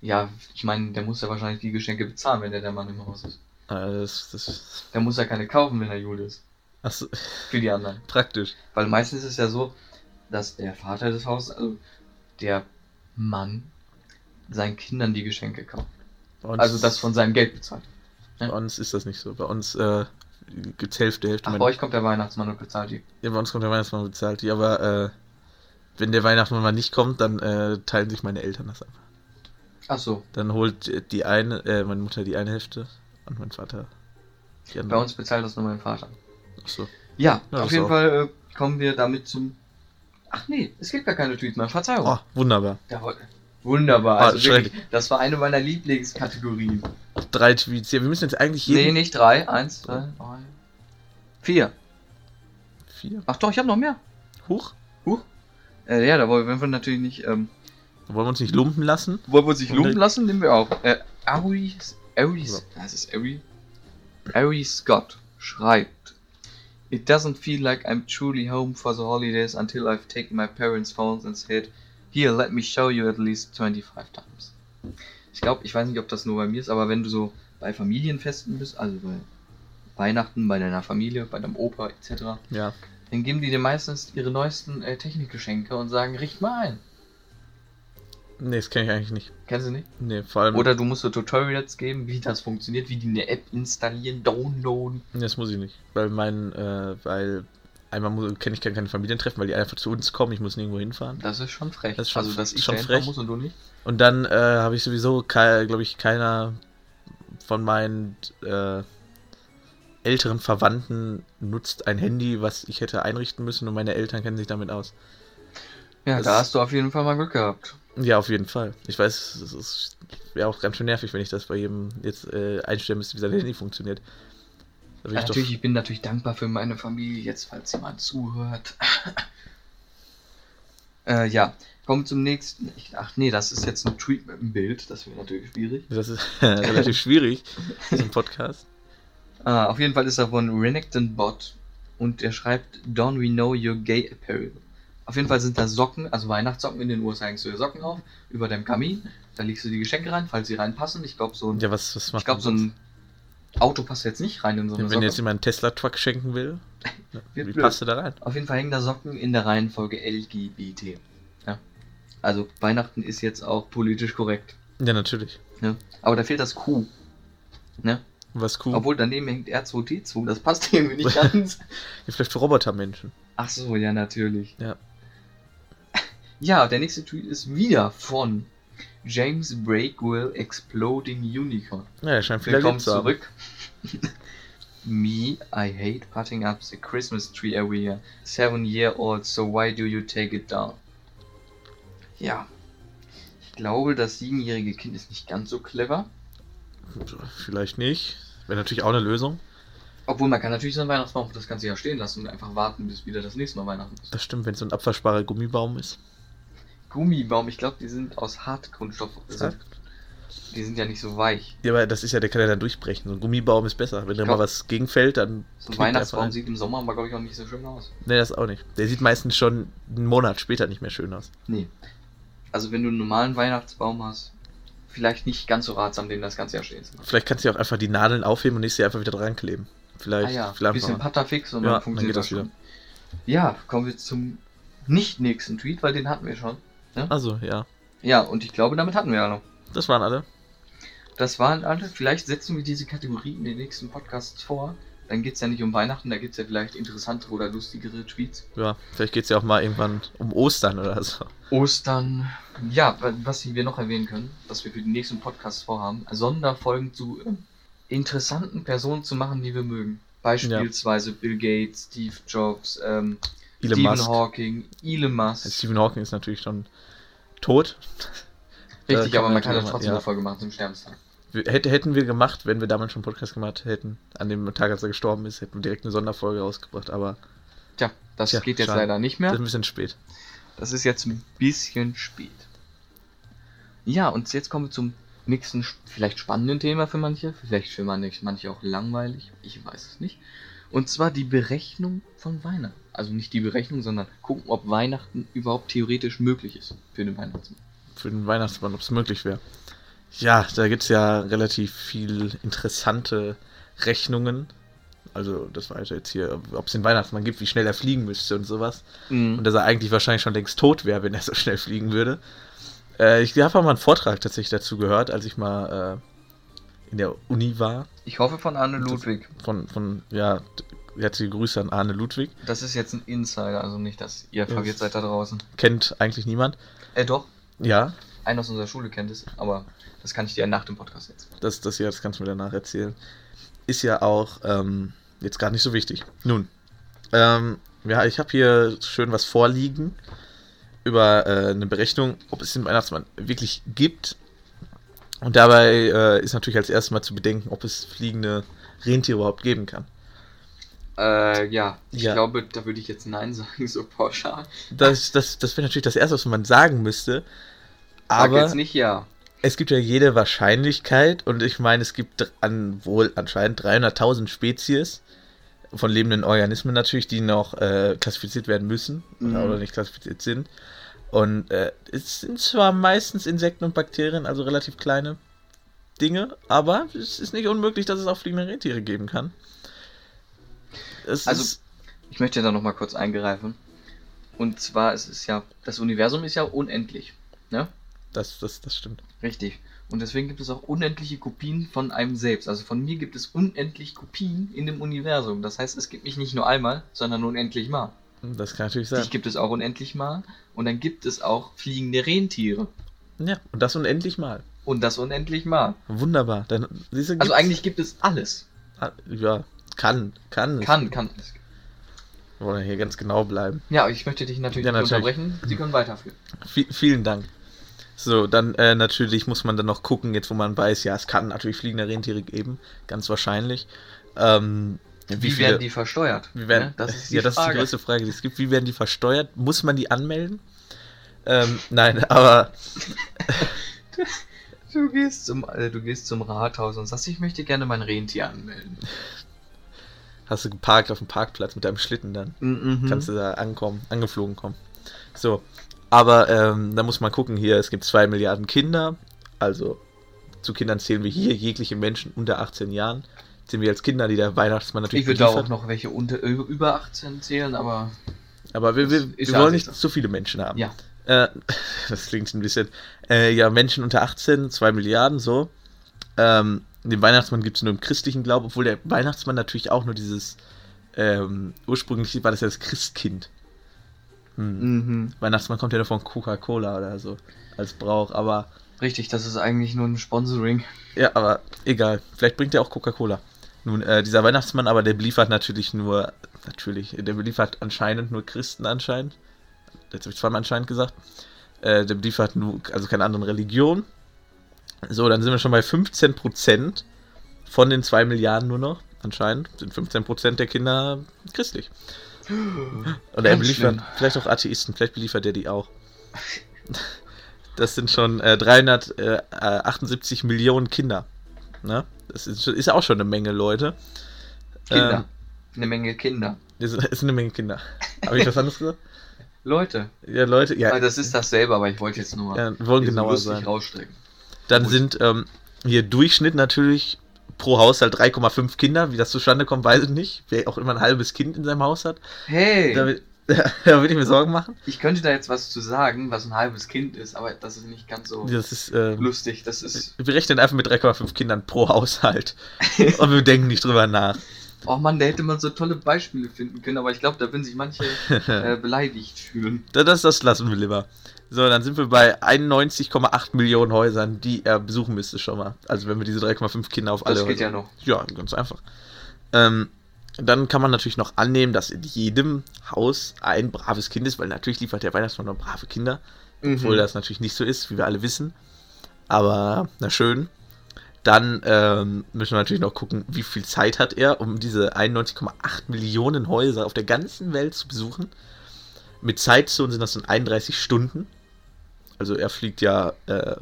Ja, ich meine, der muss ja wahrscheinlich die Geschenke bezahlen, wenn der der Mann im Haus ist. Ah, Das, das, Der muss ja keine kaufen, wenn er Jude ist. ach so, Für die anderen. praktisch. Weil meistens ist es ja so, dass der Vater des Hauses, also der Mann, seinen Kindern die Geschenke kauft. Bei uns- Also das von seinem Geld bezahlt. Bei uns ist das nicht so. Bei uns äh, gibt's Hälfte, Hälfte. Ach, Mein- bei euch kommt der Weihnachtsmann und bezahlt die. ja, bei uns kommt der Weihnachtsmann und bezahlt die, aber äh, wenn der Weihnachtsmann mal nicht kommt, dann äh, teilen sich meine Eltern das ab. Ach so, Dann holt äh, die eine, äh, meine Mutter die eine Hälfte und mein Vater die bei andere. uns bezahlt das nur mein Vater. Ach so. Ja, Mhm. Ja, auf das jeden auch. Fall äh, kommen wir damit zum Ach nee, es gibt gar keine Tüten, Verzeihung. Oh, wunderbar. Da woll- Wunderbar. Ah, Also wirklich, das war eine meiner Lieblingskategorien. Drei Tweets. Ja, wir müssen jetzt eigentlich Nee, jeden... nicht drei. Eins, zwei, drei. Vier. Vier. Ach doch, ich habe noch mehr. Hoch. Äh, ja, da wollen wir natürlich nicht. Ähm, Wollen wir uns nicht lumpen lassen? wollen wir uns nicht Und lumpen dann- lassen? Nehmen wir auf. Äh, Ari. Ari. Das ist Ari. Ari Scott schreibt. It doesn't feel like I'm truly home for the holidays until I've taken my parents' phones and said, Here, let me show you at least 25 times. Ich glaube, ich weiß nicht, ob das nur bei mir ist, aber wenn du so bei Familienfesten bist, also bei Weihnachten, bei deiner Familie, bei deinem Opa etc., Ja. dann geben die dir meistens ihre neuesten äh, Technikgeschenke und sagen, richt mal ein. Nee, das kenne ich eigentlich nicht. Kennst du nicht? Nee, vor allem... Oder du musst so Tutorials geben, wie das funktioniert, wie die eine App installieren, downloaden. Nee, Das muss ich nicht. Weil mein, äh, weil einmal kenne ich gar keine Familientreffen, weil die einfach zu uns kommen, ich muss nirgendwo hinfahren. Das ist schon frech. Das ist schon- also, dass ich schon da hinfahren frech. muss und du nicht. Und dann äh, habe ich sowieso, glaube ich, keiner von meinen äh, älteren Verwandten nutzt ein Handy, was ich hätte einrichten müssen und meine Eltern kennen sich damit aus. Ja, Das- da hast du auf jeden Fall mal Glück gehabt. Ja, auf jeden Fall. Ich weiß, es ist- wäre auch ganz schön nervig, wenn ich das bei jedem jetzt äh, einstellen müsste, wie sein Handy funktioniert. Da will Ja, ich doch- natürlich, ich bin natürlich dankbar für meine Familie, jetzt falls jemand zuhört. äh, ja, kommen zum nächsten. Ich, ach nee, das ist jetzt ein Tweet mit einem Bild, das wäre natürlich schwierig. ne? Das ist relativ schwierig, so ein Podcast. Ah, auf jeden Fall ist er von Renekton Bot und er schreibt Don we know your gay apparel. Auf jeden Fall sind da Socken, also Weihnachtssocken in den USA hängst du dir Socken auf, über deinem Kamin, da legst du die Geschenke rein, falls sie reinpassen. Ich glaube so ein, Ja, was, was macht ich glaube man so sonst? ein Auto passt jetzt nicht rein in so eine Wenn, wenn Socke. jetzt jemand einen Tesla-Truck schenken will, ne, Wird wie blöd. passt du da rein? Auf jeden Fall hängen da Socken in der Reihenfolge LGBT. Ja. Also Weihnachten ist jetzt auch politisch korrekt. Ja, natürlich. Ne? Aber da fehlt das Q. Ne? Was cool. Obwohl daneben hängt R2D2, das passt irgendwie nicht ganz. Ja, vielleicht für Robotermenschen. Ach so, ja, natürlich. Ja. Ja, der nächste Tweet ist wieder von James Breakwell Exploding Unicorn. Ja, er scheint viel Willkommen erlebt zu haben. zurück. Me, I hate putting up the Christmas tree every year. Seven year old, so why do you take it down? Ja. Ich glaube, das siebenjährige Kind ist nicht ganz so clever. Vielleicht nicht. Wäre natürlich auch eine Lösung. Obwohl, man kann natürlich seinen Weihnachtsbaum für das ganze Jahr stehen lassen und einfach warten, bis wieder das nächste Mal Weihnachten ist. Das stimmt, wenn es so ein abwaschbarer Gummibaum ist. Gummibaum, ich glaube, die sind aus Hartkunststoff. Also, die sind ja nicht so weich. Ja, aber das ist ja, der kann ja dann durchbrechen. So ein Gummibaum ist besser. Wenn da glaub- mal was gegenfällt, dann. So ein knickt er einfach Weihnachtsbaum ein. sieht im Sommer aber, glaube ich, auch nicht so schön aus. Nee, das auch nicht. Der sieht meistens schon einen Monat später nicht mehr schön aus. Nee. Also, wenn du einen normalen Weihnachtsbaum hast, vielleicht nicht ganz so ratsam, den das ganze Jahr stehen zu lassen. Vielleicht kannst du ja auch einfach die Nadeln aufheben und nächstes Jahr einfach wieder dran kleben. Ah Vielleicht. ja, ein vielleicht bisschen machen wir. Patterfix und Ja, dann dann funktioniert geht das das schon. Ja, kommen wir zum nicht nächsten Tweet, weil den hatten wir schon. also, ja. Ja, und ich glaube, damit hatten wir alle. Das waren alle. Das waren alle. Vielleicht setzen wir diese Kategorie in den nächsten Podcasts vor. Dann geht es ja nicht um Weihnachten, da gibt es ja vielleicht interessantere oder lustigere Tweets. Ja, vielleicht geht es ja auch mal irgendwann um Ostern oder so. Ostern. Ja, wa- was wir noch erwähnen können, was wir für den nächsten Podcast vorhaben, Sonderfolgen zu ähm, interessanten Personen zu machen, die wir mögen. Beispielsweise Bill Gates, Steve Jobs, ähm, Elon Stephen Musk. Hawking, Elon Also Musk. Stephen Hawking ist natürlich schon tot. Richtig, äh, kann aber man man kann ja natürlich trotzdem machen, eine ja. Folge machen zum Sterbenstag. Wir, hätte, hätten wir gemacht, wenn wir damals schon einen Podcast gemacht hätten, an dem Tag, als er gestorben ist, hätten wir direkt eine Sonderfolge rausgebracht, aber Tja, das Tja, geht jetzt schade. leider nicht das mehr. ist ein bisschen spät. Das ist jetzt ein bisschen spät. Ja, und jetzt kommen wir zum nächsten, sp- vielleicht spannenden Thema für manche, vielleicht für manche, manche auch langweilig, ich weiß es nicht. Und zwar die Berechnung von Weihnachten. Also nicht die Berechnung, sondern gucken, ob Weihnachten überhaupt theoretisch möglich ist für den Weihnachtsmann. Für den Weihnachtsmann, ob es möglich wäre. Ja, da gibt es ja relativ viel interessante Rechnungen. Also, das war also jetzt hier, ob es den Weihnachtsmann gibt, wie schnell er fliegen müsste und sowas. Mhm. Und dass er eigentlich wahrscheinlich schon längst tot wäre, wenn er so schnell fliegen würde. Äh, ich habe mal einen Vortrag tatsächlich dazu gehört, als ich mal äh, in der Uni war. Ich hoffe von Arne Das- Ludwig. Von, von ja, herzliche Grüße an Arne Ludwig. Das ist jetzt ein Insider, also nicht, dass ihr verwirrt seid da draußen. Kennt eigentlich niemand. Äh, doch, Ja, einer aus unserer Schule kennt es, aber das kann ich dir nach dem Podcast jetzt. das, das, ja, das kannst du mir danach erzählen. Ist ja auch ähm, jetzt gar nicht so wichtig. Nun, ähm, Ja, ich habe hier schön was vorliegen über äh, eine Berechnung, ob es den Weihnachtsmann wirklich gibt. Und dabei äh, ist natürlich als erstes mal zu bedenken, ob es fliegende Rentiere überhaupt geben kann. Äh, ja, ich Ja. glaube, da würde ich jetzt Nein sagen, so pauschal. Das, das, das wäre natürlich das Erste, was man sagen müsste. Sag Aber jetzt nicht ja. es gibt ja jede Wahrscheinlichkeit und ich meine, es gibt dr- an, wohl anscheinend 300.000 Spezies von lebenden Organismen natürlich, die noch äh, klassifiziert werden müssen Mhm. oder, oder nicht klassifiziert sind. Und äh, es sind zwar meistens Insekten und Bakterien, also relativ kleine Dinge, aber es ist nicht unmöglich, dass es auch fliegende Rentiere geben kann. Es Also- ist, Ich möchte da nochmal kurz eingreifen. Und zwar, es ist ja, das Universum ist ja unendlich. Ne? das, das, das stimmt. Richtig. Und deswegen gibt es auch unendliche Kopien von einem selbst. Also von mir gibt es unendlich Kopien in dem Universum. Das heißt, es gibt mich nicht nur einmal, sondern unendlich mal. Das kann natürlich sein. Dich gibt es auch unendlich mal. Und dann gibt es auch fliegende Rentiere. Ja, und das unendlich mal. Und das unendlich mal. Wunderbar. Dann, siehst Also du, gibt's- eigentlich gibt es alles. Ah, Ja, kann, kann. Kann, kann es. Wir wollen ja hier ganz genau bleiben. Ja, ich möchte dich natürlich Ja, nicht natürlich. unterbrechen. Sie können weiterführen. Vi- vielen Dank. So, dann äh, natürlich muss man dann noch gucken, jetzt wo man weiß, ja, es kann natürlich fliegende Rentiere geben, ganz wahrscheinlich. Ähm, wie, Wie, viele, werden die versteuert? Wie werden, Ne? Das ist die ja, das Frage. ist die größte Frage, die es gibt. Wie werden die versteuert? Muss man die anmelden? Ähm, nein, aber Du gehst, zum, äh, du gehst zum Rathaus und sagst, ich möchte gerne mein Rentier anmelden. hast du geparkt auf dem Parkplatz mit deinem Schlitten dann? Mhm. kannst du da ankommen, angeflogen kommen. So, aber ähm, da muss man gucken hier, es gibt zwei Milliarden Kinder, also zu Kindern zählen wir hier jegliche Menschen unter 18 Jahren, zählen wir als Kinder, die der Weihnachtsmann natürlich ich würde da auch beliefert. noch welche unter, ü- über 18 zählen, aber Aber wir, wir, Ist wir ja wollen an sich nicht so. zu viele Menschen haben. ja. Äh, das klingt ein bisschen. Äh, ja, Menschen unter 18, 2 Milliarden, so. Ähm, den Weihnachtsmann gibt es nur im christlichen Glauben, obwohl der Weihnachtsmann natürlich auch nur dieses. Ähm, ursprünglich war das ja das Christkind. Hm. Weihnachtsmann kommt ja nur von Coca-Cola oder so als Brauch, aber Richtig, das ist eigentlich nur ein Sponsoring. ja, aber egal. Vielleicht bringt er auch Coca-Cola. Nun, äh, dieser Weihnachtsmann, aber der beliefert natürlich nur, natürlich, der beliefert anscheinend nur Christen anscheinend. Jetzt habe ich zweimal anscheinend gesagt. Äh, der beliefert nur, also keine anderen Religionen. So, dann sind wir schon bei 15% von den 2 Milliarden nur noch. Anscheinend sind 15% der Kinder christlich. Oder er Hm. Ganz beliefert schlimm. vielleicht auch Atheisten, vielleicht beliefert er die auch. Das sind schon äh, 378 Millionen Kinder. Ne? Das ist, ist auch schon eine Menge Leute. Kinder. Ähm, Eine Menge Kinder. das ist, ist eine Menge Kinder. Habe ich was anderes gesagt? Leute, Ja, Leute, ja, weil das ist dasselbe, aber ich wollte jetzt nur mal ja wollen hier so genauer lustig sein. rausstrecken. Dann Gut. sind ähm, hier Durchschnitt natürlich pro Haushalt 3,5 Kinder. Wie das zustande kommt, weiß ich nicht. Wer auch immer ein halbes Kind in seinem Haus hat, Hey, da will- da würde ich mir Sorgen machen. ich könnte da jetzt was zu sagen, was ein halbes Kind ist, aber das ist nicht ganz so Das ist ähm, lustig. Das ist. Wir rechnen einfach mit 3,5 Kindern pro Haushalt. Und wir denken nicht drüber nach. Oh Mann, da hätte man so tolle Beispiele finden können, aber ich glaube, da würden sich manche äh, beleidigt fühlen. Da- Das, das lassen wir lieber. So, dann sind wir bei 91,8 Millionen Häusern, die er besuchen müsste schon mal. Also wenn wir diese 3,5 Kinder auf alle Das geht Häuser- ja noch. Ja, ganz einfach. Ähm, dann kann man natürlich noch annehmen, dass in jedem Haus ein braves Kind ist, weil natürlich liefert der Weihnachtsmann nur brave Kinder. Mhm. obwohl das natürlich nicht so ist, wie wir alle wissen. Aber na schön. Dann ähm, müssen wir natürlich noch gucken, wie viel Zeit hat er, um diese 91,8 Millionen Häuser auf der ganzen Welt zu besuchen. Mit Zeitzonen sind das dann 31 Stunden. Also er fliegt ja äh,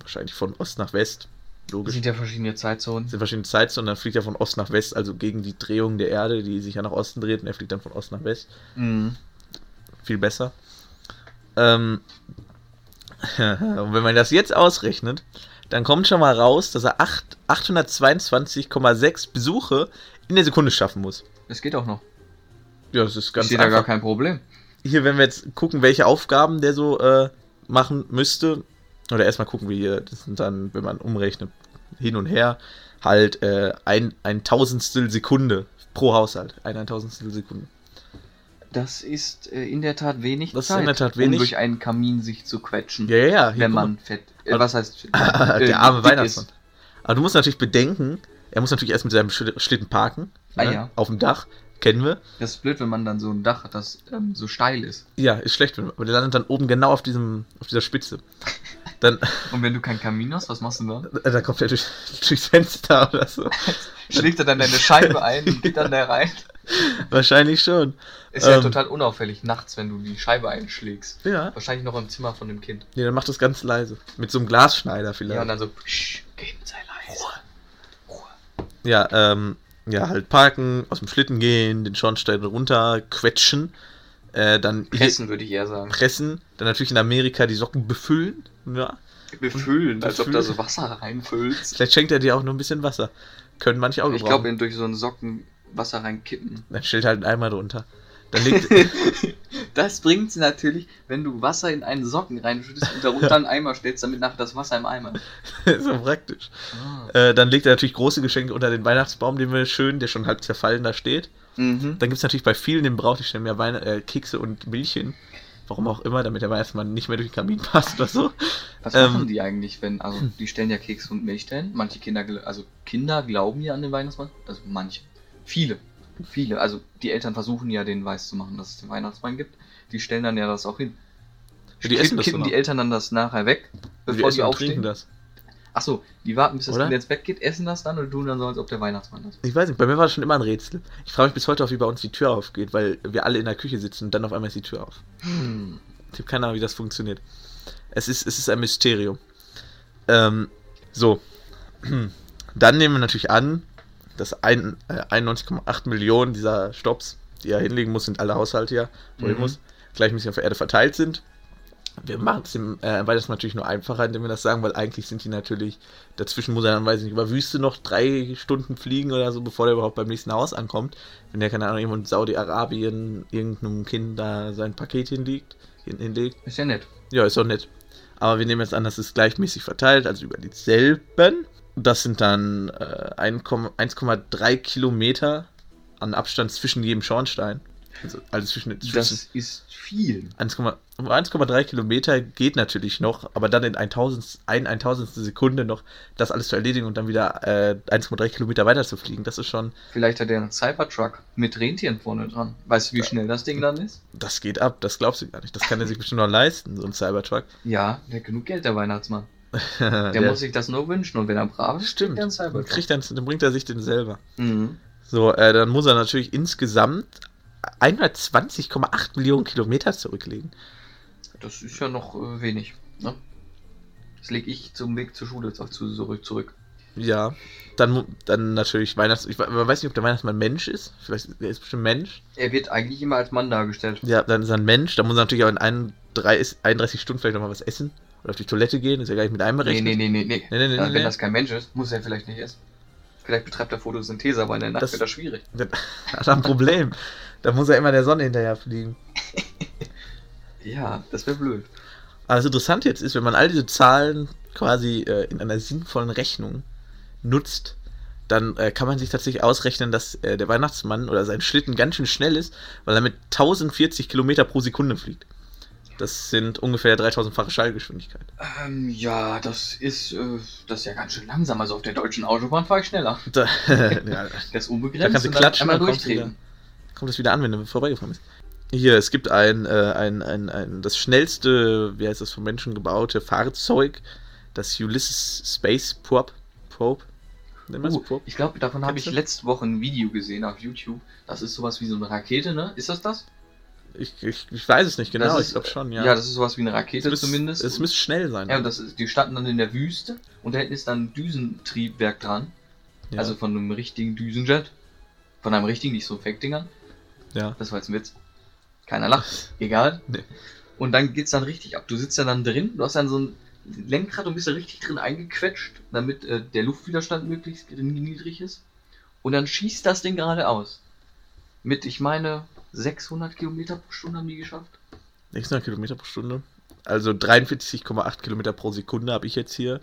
wahrscheinlich von Ost nach West. Es Logisch. sind ja verschiedene Zeitzonen. sind verschiedene Zeitzonen, dann fliegt er von Ost nach West, also gegen die Drehung der Erde, die sich ja nach Osten dreht, und er fliegt dann von Ost nach West Mhm. viel besser. Ähm, und wenn man das jetzt ausrechnet, dann kommt schon mal raus, dass er acht- 822,6 Besuche in der Sekunde schaffen muss. Das geht auch noch. Ja, das ist Ich ganz sehe da gar einfach. kein Problem. Hier, wenn wir jetzt gucken, welche Aufgaben der so äh, machen müsste, oder erstmal gucken wir hier, das sind dann, wenn man umrechnet, hin und her, halt äh, ein, ein Tausendstel Sekunde pro Haushalt. Ein, ein Tausendstel Sekunde. Das ist äh, in der Tat wenig Das ist Zeit, in der Tat wenig. um durch einen Kamin sich zu quetschen, Ja, ja, ja. hier, wenn guck mal. man fett. Äh, was heißt fett? Äh, der arme dick Weihnachtsmann. ist. Aber du musst natürlich bedenken, er muss natürlich erst mit seinem Schl- Schlitten parken. Ah, ne, ja. Auf dem Dach. Kennen wir. Das ist blöd, wenn man dann so ein Dach hat, das ähm, so steil ist. Ja, ist schlecht, wenn- aber der landet dann oben genau auf, diesem, auf dieser Spitze. Dann, Und wenn du keinen Kamin hast, was machst du denn dann? äh, dann kommt er durch, durchs Fenster oder so. Schlägt er dann deine Scheibe ein und geht dann da rein? Wahrscheinlich schon. Ist ja Ähm. total unauffällig nachts, wenn du die Scheibe einschlägst. Ja. Wahrscheinlich noch im Zimmer von dem Kind. Nee, dann macht das ganz leise. Mit so einem Glasschneider Ja, vielleicht. und dann so, psch, Kind, sei leise. Ruhe. Ja, ähm, ja, halt parken, aus dem Schlitten gehen, den Schornstein runter, quetschen, äh, dann hier Pressen, würde ich eher sagen. pressen, dann natürlich in Amerika die Socken befüllen. Ja. Befüllen, als ob da so Befüllen. Wasser reinfüllst. Vielleicht schenkt er dir auch noch ein bisschen Wasser. Können manche auch Ich gebrauchen. glaube, ihn durch so einen Socken Wasser reinkippen. dann stellt halt einen Eimer drunter. Dann legt, Das bringt's natürlich, wenn du Wasser in einen Socken reinschüttest und darunter einen Eimer stellst, damit nachher das Wasser im Eimer ist. so praktisch. Ah. Äh, dann legt er natürlich große Geschenke unter den Weihnachtsbaum, den wir schön, der schon halb zerfallen da steht. Mhm. Dann gibt es natürlich bei vielen den Brauch, die stellen mir Weihn äh, Kekse und Milchchen. Warum auch immer, damit der Weihnachtsmann nicht mehr durch den Kamin passt oder so. Was Ähm, machen die eigentlich, wenn, also die stellen ja Keks und Milch hin. Manche Kinder, gl- also Kinder glauben ja an den Weihnachtsmann. Also manche. Viele. Viele. Also die Eltern versuchen ja den weiß zu machen, dass es den Weihnachtsmann gibt. Die stellen dann ja das auch hin. Ja, die essen das kippen sogar. die Eltern dann das nachher weg, bevor essen die und aufstehen. das. Achso, die warten, bis das Oder? Kind ins Bett geht, essen das dann und tun dann so, als ob der Weihnachtsmann das. Ich weiß nicht, bei mir war das schon immer ein Rätsel. Ich frage mich bis heute auch, wie bei uns die Tür aufgeht, weil wir alle in der Küche sitzen und dann auf einmal ist die Tür auf. Hm. Ich habe keine Ahnung, wie das funktioniert. Es ist, es ist ein Mysterium. Ähm, so. Dann nehmen wir natürlich an, dass ein- äh, 91,8 Millionen dieser Stops, die er hinlegen muss, sind alle Haushalte ja, wo er Mhm. muss, gleichmäßig auf der Erde verteilt sind. Wir machen es dem äh, weil das natürlich nur einfacher, indem wir das sagen, weil eigentlich sind die natürlich, dazwischen muss er dann, weiß ich nicht, über Wüste noch drei Stunden fliegen oder so, bevor der überhaupt beim nächsten Haus ankommt. Wenn der, keine Ahnung, irgendwo in Saudi-Arabien irgendeinem Kind da sein Paket hinlegt, hin, hinlegt, Ist ja nett. ja, ist doch nett. Aber wir nehmen jetzt an, das ist gleichmäßig verteilt, also über dieselben. Das sind dann äh, 1,3 Kilometer an Abstand zwischen jedem Schornstein. Also, also zwischen, zwischen Das ist viel. 1,3 1,3 Kilometer geht natürlich noch, aber dann in 1000, ein 1000. Sekunde noch das alles zu erledigen und dann wieder äh, 1,3 Kilometer weiter zu fliegen, das ist schon, Vielleicht hat er einen Cybertruck mit Rentieren vorne dran. Weißt du, wie schnell das Ding dann ist? das geht ab, das glaubst du gar nicht. Das kann er sich bestimmt noch leisten, so ein Cybertruck. Ja, der hat genug Geld, der Weihnachtsmann. Der, Der, muss sich das nur wünschen und wenn er brav ist, stimmt. kriegt er einen Cybertruck. Kriegt dann, dann bringt er sich den selber. Mhm. So, äh, dann muss er natürlich insgesamt 120,8 Millionen Kilometer zurücklegen. Das ist ja noch äh, wenig. Ne? Das lege ich zum Weg zur Schule zu- zu- zurück. zurück. Ja. Dann, mu- dann natürlich Weihnachts... Ich, we- man weiß nicht, ob der Weihnachtsmann Mensch ist. Vielleicht ist er ist bestimmt Mensch. Er wird eigentlich immer als Mann dargestellt. Ja, dann ist er ein Mensch. Dann muss er natürlich auch in 31, 31 Stunden vielleicht nochmal was essen. Oder auf die Toilette gehen. Ist ja gar nicht mit Nee, einberechnet. nee, nee, nee, nee. Nee, nee, nee, Dann, nee, wenn nee. das kein Mensch ist, muss er vielleicht nicht essen. Vielleicht betreibt er Photosynthese, aber in der Nacht Das- wird das schwierig. Dann hat er ein Problem. da muss er immer der Sonne hinterher fliegen. Ja, das wäre blöd. Aber das Interessante Also jetzt ist, wenn man all diese Zahlen quasi äh, in einer sinnvollen Rechnung nutzt, dann äh, kann man sich tatsächlich ausrechnen, dass äh, der Weihnachtsmann oder sein Schlitten ganz schön schnell ist, weil er mit 1040 Kilometer pro Sekunde fliegt. Das sind ungefähr 3000-fache Schallgeschwindigkeit. Ähm, ja, das ist, äh, das ist ja ganz schön langsam. Also auf der deutschen Autobahn fahre ich schneller. Da, ja, Das ist unbegrenzt. da kannst du und dann klatschen, einmal dann kommt, wieder, durchtreten. kommt das wieder an, wenn du vorbeigefahren bist. Hier, es gibt ein, äh, ein, ein, ein, das schnellste, wie heißt das, von Menschen gebaute Fahrzeug, das Ulysses Space Probe. Probe? Nennt man's? Uh, Probe? ich glaube, davon habe ich Kennst du? letzte Woche ein Video gesehen auf YouTube. Das ist sowas wie so eine Rakete, ne? Ist das das? Ich, ich, ich weiß es nicht genau, Das ich ist- äh, glaube schon, ja. Ja, das ist sowas wie eine Rakete es müsste- zumindest. Es müsste schnell sein. ja, und das ist, die standen dann in der Wüste und da hinten ist dann ein Düsentriebwerk dran. ja. Also von einem richtigen Düsenjet. Von einem richtigen, nicht so Fake-Dingern. ja. Das war jetzt ein Witz. Keiner lacht. Egal. Nee. Und dann geht's dann richtig ab. Du sitzt ja dann drin, du hast dann so ein Lenkrad und bist da richtig drin eingequetscht, damit äh, der Luftwiderstand möglichst gering- niedrig ist. Und dann schießt das Ding geradeaus. Mit, ich meine, 600 Kilometer pro Stunde haben die geschafft. 600 Kilometer pro Stunde. Also 43,8 Kilometer pro Sekunde habe ich jetzt hier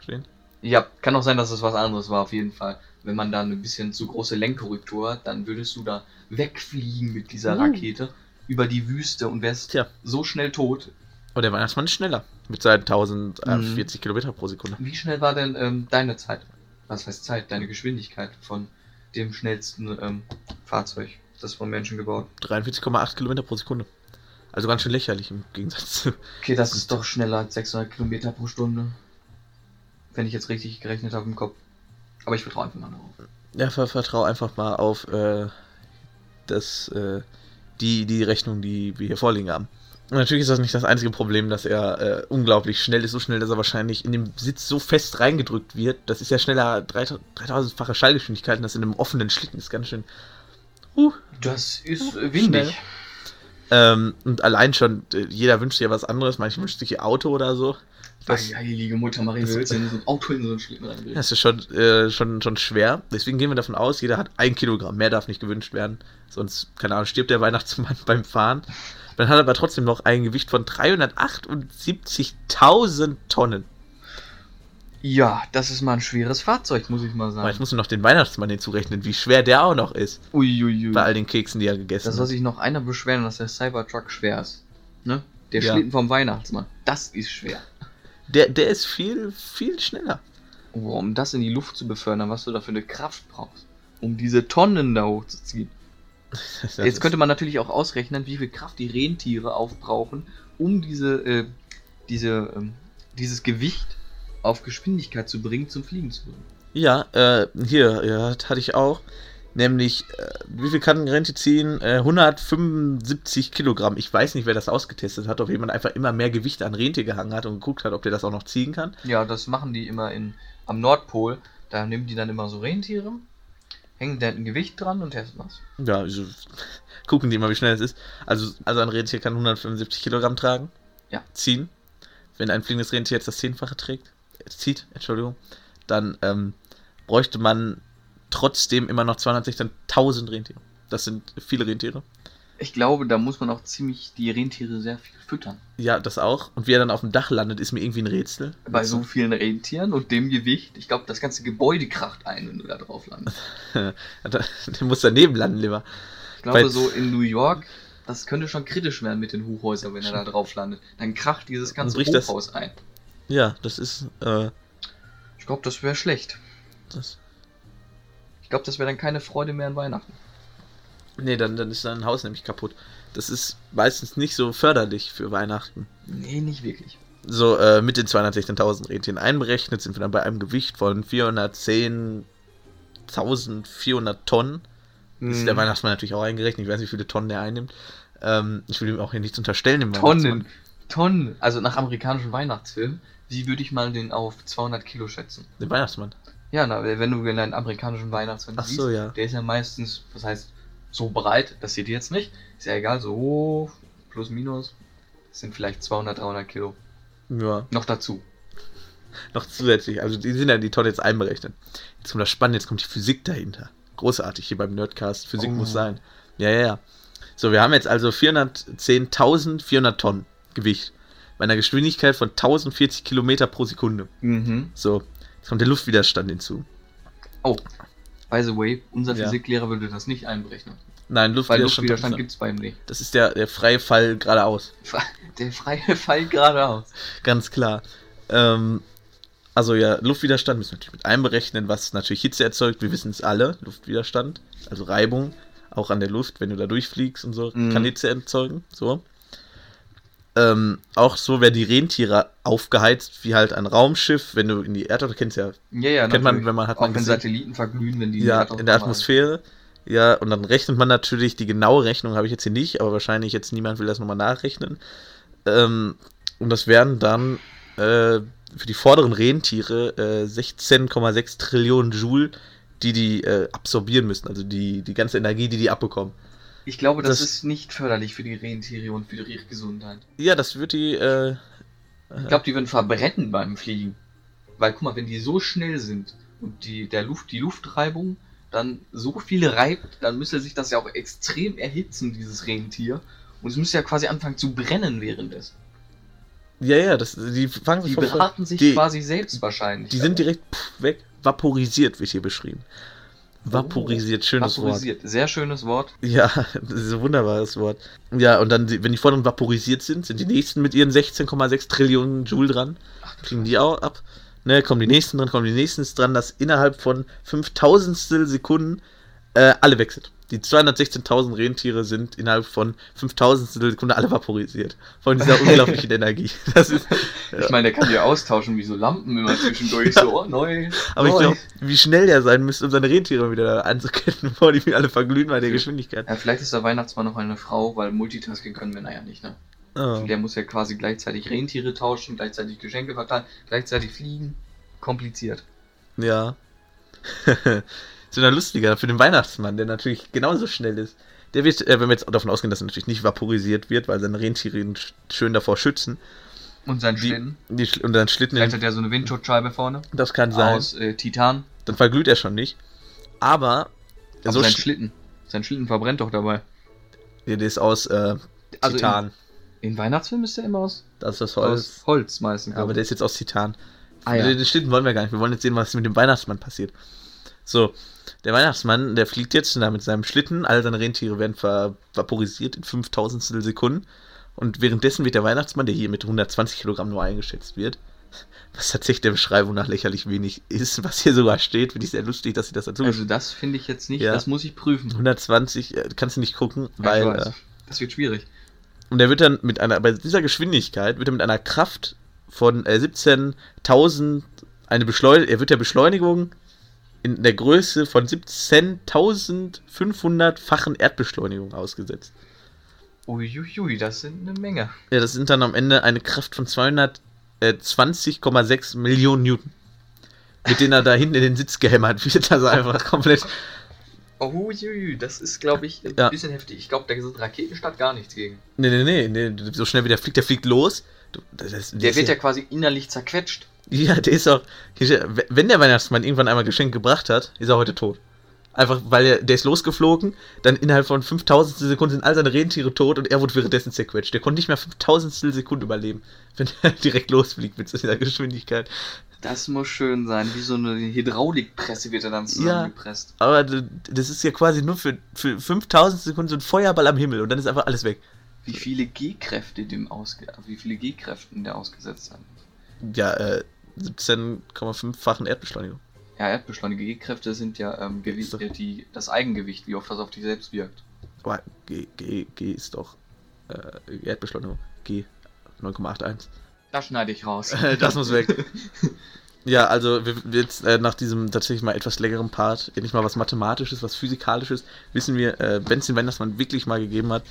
stehen. Ja, kann auch sein, dass es was anderes war, auf jeden Fall. Wenn man da ein bisschen zu große Lenkkorrektur hat, dann würdest du da wegfliegen mit dieser Mhm. Rakete über die Wüste und wärst Tja. so schnell tot. Aber der Weihnachtsmann ist schneller. Mit seinen Mhm. 1040 Kilometer pro Sekunde. Wie schnell war denn ähm, deine Zeit? Was heißt Zeit? Deine Geschwindigkeit von dem schnellsten ähm, Fahrzeug? Das ist von Menschen gebaut. 43,8 Kilometer pro Sekunde. Also ganz schön lächerlich im Gegensatz zu. Okay, das ist doch schneller als 600 Kilometer pro Stunde. Wenn ich jetzt richtig gerechnet habe im Kopf. Aber ich vertraue einfach mal darauf. Ja, ver vertrau einfach mal auf äh, das, äh, die, die Rechnung, die wir hier vorliegen haben. Und natürlich ist das nicht das einzige Problem, dass er äh, unglaublich schnell ist. So schnell, dass er wahrscheinlich in dem Sitz so fest reingedrückt wird. Das ist ja schneller 3000- 3000-fache Schallgeschwindigkeit und das in einem offenen Schlitten ist ganz schön. Huh. Das ist äh, Schnell. Ähm, und allein schon, äh, jeder wünscht sich ja was anderes. Manche wünscht sich ihr Auto oder so. Das, Das, heilige Mutter Marie, das- wir willst du in so ein Auto in so einen Schlitten rein? das ist schon, äh, schon, schon schwer. Deswegen gehen wir davon aus, jeder hat ein Kilogramm. Mehr darf nicht gewünscht werden. Sonst, keine Ahnung, stirbt der Weihnachtsmann beim Fahren. Dann hat er aber trotzdem noch ein Gewicht von 378.000 Tonnen. Ja, das ist mal ein schweres Fahrzeug, muss ich mal Aber ich sagen. muss mir noch den Weihnachtsmann hinzurechnen, wie schwer der auch noch ist. Uiuiui. Bei all den Keksen, die er gegessen Hm. Das hat. soll sich noch einer beschweren, dass der Cybertruck schwer ist. Ne? Der Ja. Schlitten vom Weihnachtsmann. Das ist schwer. Der, der ist viel, viel schneller. Oh, um das in die Luft zu befördern, was du da für eine Kraft brauchst. Um diese Tonnen da hochzuziehen. Das Jetzt ist- könnte man natürlich auch ausrechnen, wie viel Kraft die Rentiere aufbrauchen, um diese, äh, diese, ähm, dieses Gewicht auf Geschwindigkeit zu bringen, zum Fliegen zu bringen. Ja, äh, hier, ja, das hatte ich auch. Nämlich, äh, wie viel kann ein Rentier ziehen? Äh, 175 Kilogramm. Ich weiß nicht, wer das ausgetestet hat, ob jemand einfach immer mehr Gewicht an Rentier gehangen hat und geguckt hat, ob der das auch noch ziehen kann. Ja, das machen die immer in, am Nordpol. Da nehmen die dann immer so Rentiere, hängen da ein Gewicht dran und testen das. Ja, also, gucken die mal, wie schnell es ist. Also, also ein Rentier kann 175 Kilogramm tragen. Ja. Ziehen. Wenn ein fliegendes Rentier jetzt das Zehnfache trägt, äh, zieht, Entschuldigung, dann ähm, bräuchte man trotzdem immer noch 216.000 Rentiere. Das sind viele Rentiere. Ich glaube, da muss man auch ziemlich die Rentiere sehr viel füttern. Ja, das auch. Und wie er dann auf dem Dach landet, ist mir irgendwie ein Rätsel. Also, Bei so vielen Rentieren und dem Gewicht, ich glaube, das ganze Gebäude kracht ein, wenn du da drauf landest. Der muss daneben landen, lieber. Ich glaube, Weil- so in New York, das könnte schon kritisch werden mit den Hochhäusern, wenn er da drauf landet. Dann kracht dieses ganze bricht das- Hochhaus ein. Ja, das ist, äh, Ich glaube, das wäre schlecht. das. Ich glaube, das wäre dann keine Freude mehr an Weihnachten. Nee, dann, dann ist sein Haus nämlich kaputt. Das ist meistens nicht so förderlich für Weihnachten. Nee, nicht wirklich. So, äh, mit den 216.000 Rentieren einberechnet, sind wir dann bei einem Gewicht von 410.400 Tonnen. Das Mhm. ist der Weihnachtsmann natürlich auch eingerechnet. Ich weiß nicht, wie viele Tonnen der einnimmt. Ähm, ich will ihm auch hier nichts unterstellen. Dem Weihnachtsmann. Tonnen. Tonnen. Also nach amerikanischen Weihnachtsfilmen, wie würde ich mal den auf 200 Kilo schätzen? Den Weihnachtsmann. Ja, na, wenn du in einen amerikanischen Weihnachtsmann Ach so, ja. der ist ja meistens, was heißt, so breit, das seht ihr jetzt nicht, ist ja egal, so hoch, plus minus, das sind vielleicht 200, 300 Kilo. Ja, Noch dazu. noch zusätzlich. Also die sind ja in die Tonne jetzt einberechnet. Jetzt kommt das Spannende, jetzt kommt die Physik dahinter. Großartig hier beim Nerdcast. Physik Oh. muss sein. Ja, ja, ja. So, wir haben jetzt also 410.400 Tonnen Gewicht. Bei einer Geschwindigkeit von 1040 Kilometer pro Sekunde. Mhm. So, jetzt kommt der Luftwiderstand hinzu. Oh, by the way, unser Ja. Physiklehrer würde das nicht einberechnen. Nein, Weil Luftwiderstand. Luftwiderstand gibt's bei ihm nicht. das ist der, der freie Fall geradeaus. Der freie Fall geradeaus. Ganz klar. Ähm, also ja, Luftwiderstand müssen wir natürlich mit einberechnen, was natürlich Hitze erzeugt. Wir wissen es alle, Luftwiderstand, also Reibung, auch an der Luft, wenn du da durchfliegst und so, Mhm. kann Hitze erzeugen. So. Ähm, auch so werden die Rentiere aufgeheizt, wie halt ein Raumschiff, wenn du in die Erde, du kennst ja, Ja, ja, Kennt man, wenn man- hat Auch man wenn gesehen. Satelliten verglühen, wenn die ja die in der Atmosphäre. Ja, und dann rechnet man natürlich, die genaue Rechnung habe ich jetzt hier nicht, aber wahrscheinlich jetzt niemand will das nochmal nachrechnen. Ähm, und das wären dann äh, für die vorderen Rentiere äh, 16,6 Trillionen Joule, die die äh, absorbieren müssen, also die, die ganze Energie, die die abbekommen. Ich glaube, das, Das- ist nicht förderlich für die Rentiere und für ihre Gesundheit. Ja, das wird die, äh, Ich glaube, die würden verbrennen beim Fliegen. Weil, guck mal, wenn die so schnell sind und die, der Luft, die Luftreibung dann so viel reibt, dann müsste sich das ja auch extrem erhitzen, dieses Rentier. Und es müsste ja quasi anfangen zu brennen währenddessen. ja, ja, das, die fangen Die vom- beraten sich die- quasi selbst wahrscheinlich. Die sind direkt pff, weg, vaporisiert wird hier beschrieben. Vaporisiert, schönes Wort. vaporisiert. Sehr schönes Wort. Ja, das ist ein wunderbares Wort. Ja, und dann, die- wenn die vorderen vaporisiert sind, sind die nächsten mit ihren 16,6 Trillionen Joule dran. Kriegen die auch ab. Ne, kommen die nächsten dran, kommen die nächsten dran, dass innerhalb von 5000 Sekunden äh, alle weg sind. Die 216.000 Rentiere sind innerhalb von 5.000 Sekunde alle vaporisiert. Von dieser unglaublichen Energie. Das ist, Ich meine, der kann die austauschen wie so Lampen immer zwischendurch. Ja. So, oh, neu. aber ich neu. glaube, wie schnell der sein müsste, um seine Rentiere wieder anzuketten, bevor die alle verglühen bei der Geschwindigkeit. Ja, vielleicht ist der Weihnachtsmann noch eine Frau, weil Multitasking können Männer ja nicht, ne? Oh. Der muss ja quasi gleichzeitig Rentiere tauschen, gleichzeitig Geschenke verteilen, gleichzeitig fliegen. Kompliziert. Ja. Zu einer lustiger für den Weihnachtsmann, der natürlich genauso schnell ist. Der wird, äh, wenn wir jetzt davon ausgehen, dass er natürlich nicht vaporisiert wird, weil seine Rentiere ihn sch- schön davor schützen. Und sein Die, Schlitten. die, Schl- und dann Schlitten, Vielleicht in, hat er so eine Windschutzscheibe vorne. das kann sein. Aus äh, Titan. Dann verglüht er schon nicht. Aber, Aber so sein sch- Schlitten. Sein Schlitten verbrennt doch dabei. ja, der ist aus äh, Also Titan. In Weihnachtsfilmen ist der immer aus, das ist das aus Holz. Holz meistens. aber der ist jetzt aus Titan. Ah, ja. Den- Den Schlitten wollen wir gar nicht. Wir wollen jetzt sehen, was mit dem Weihnachtsmann passiert. So, der Weihnachtsmann, der fliegt jetzt da mit seinem Schlitten. Alle seine Rentiere werden ver vaporisiert in 5000 Sekunden. Und währenddessen wird der Weihnachtsmann, der hier mit 120 Kilogramm nur eingeschätzt wird, was tatsächlich der Beschreibung nach lächerlich wenig ist, was hier sogar steht, finde ich sehr lustig, dass sie das dazu also das finde ich jetzt nicht, Ja. das muss ich prüfen. 120 äh, kannst du nicht gucken, Ja, weil. ich äh, weiß. das wird schwierig. Und er wird dann mit einer, bei dieser Geschwindigkeit wird er mit einer Kraft von äh, 17.000 eine Beschleunigung, er wird der Beschleunigung in der Größe von 17.500-fachen Erdbeschleunigung ausgesetzt. Uiuiui, das sind eine Menge. Ja, das sind dann am Ende eine Kraft von 220,6 Millionen Newton. Mit denen er da hinten in den Sitz gehämmert wird, also einfach komplett. Uiuiui, das ist, glaube ich, ein Ja. bisschen heftig. Ich glaube, da sind Raketenstadt gar nichts gegen. Nee, nee, nee, nee, so schnell wie der fliegt, der fliegt los. Du- das- das- Der das- wird ja quasi innerlich zerquetscht. Ja, der ist auch. Wenn der Weihnachtsmann irgendwann einmal Geschenk gebracht hat, ist er heute tot. Einfach, weil er, der ist losgeflogen, dann innerhalb von 5000 Sekunden sind all seine Rentiere tot und er wurde währenddessen zerquetscht. Der konnte nicht mehr 5000 Sekunden überleben, wenn er direkt losfliegt mit so dieser Geschwindigkeit. Das muss schön sein. Wie so eine Hydraulikpresse wird er dann zusammengepresst. Aber d- das ist ja quasi nur für, für 5000 Sekunden so ein Feuerball am Himmel und dann ist einfach alles weg. Wie viele G-Kräfte dem ausge wie viele G-Kräften der ausgesetzt hat. Ja, äh, 17,5-fachen Erdbeschleunigung. Ja, Erdbeschleunige G-Kräfte sind ja ähm, Gewicht, So. äh, die, das Eigengewicht, wie oft das auf dich selbst wirkt. Aber G, G, G ist doch äh, Erdbeschleunigung. G 9,81. Das schneide ich raus. Äh, das muss weg. Ja, also wir, wir jetzt äh, nach diesem tatsächlich mal etwas längeren Part, ja nicht mal was Mathematisches, was Physikalisches, wissen wir, äh, wenn es den Weihnachtsmann wirklich mal gegeben hat,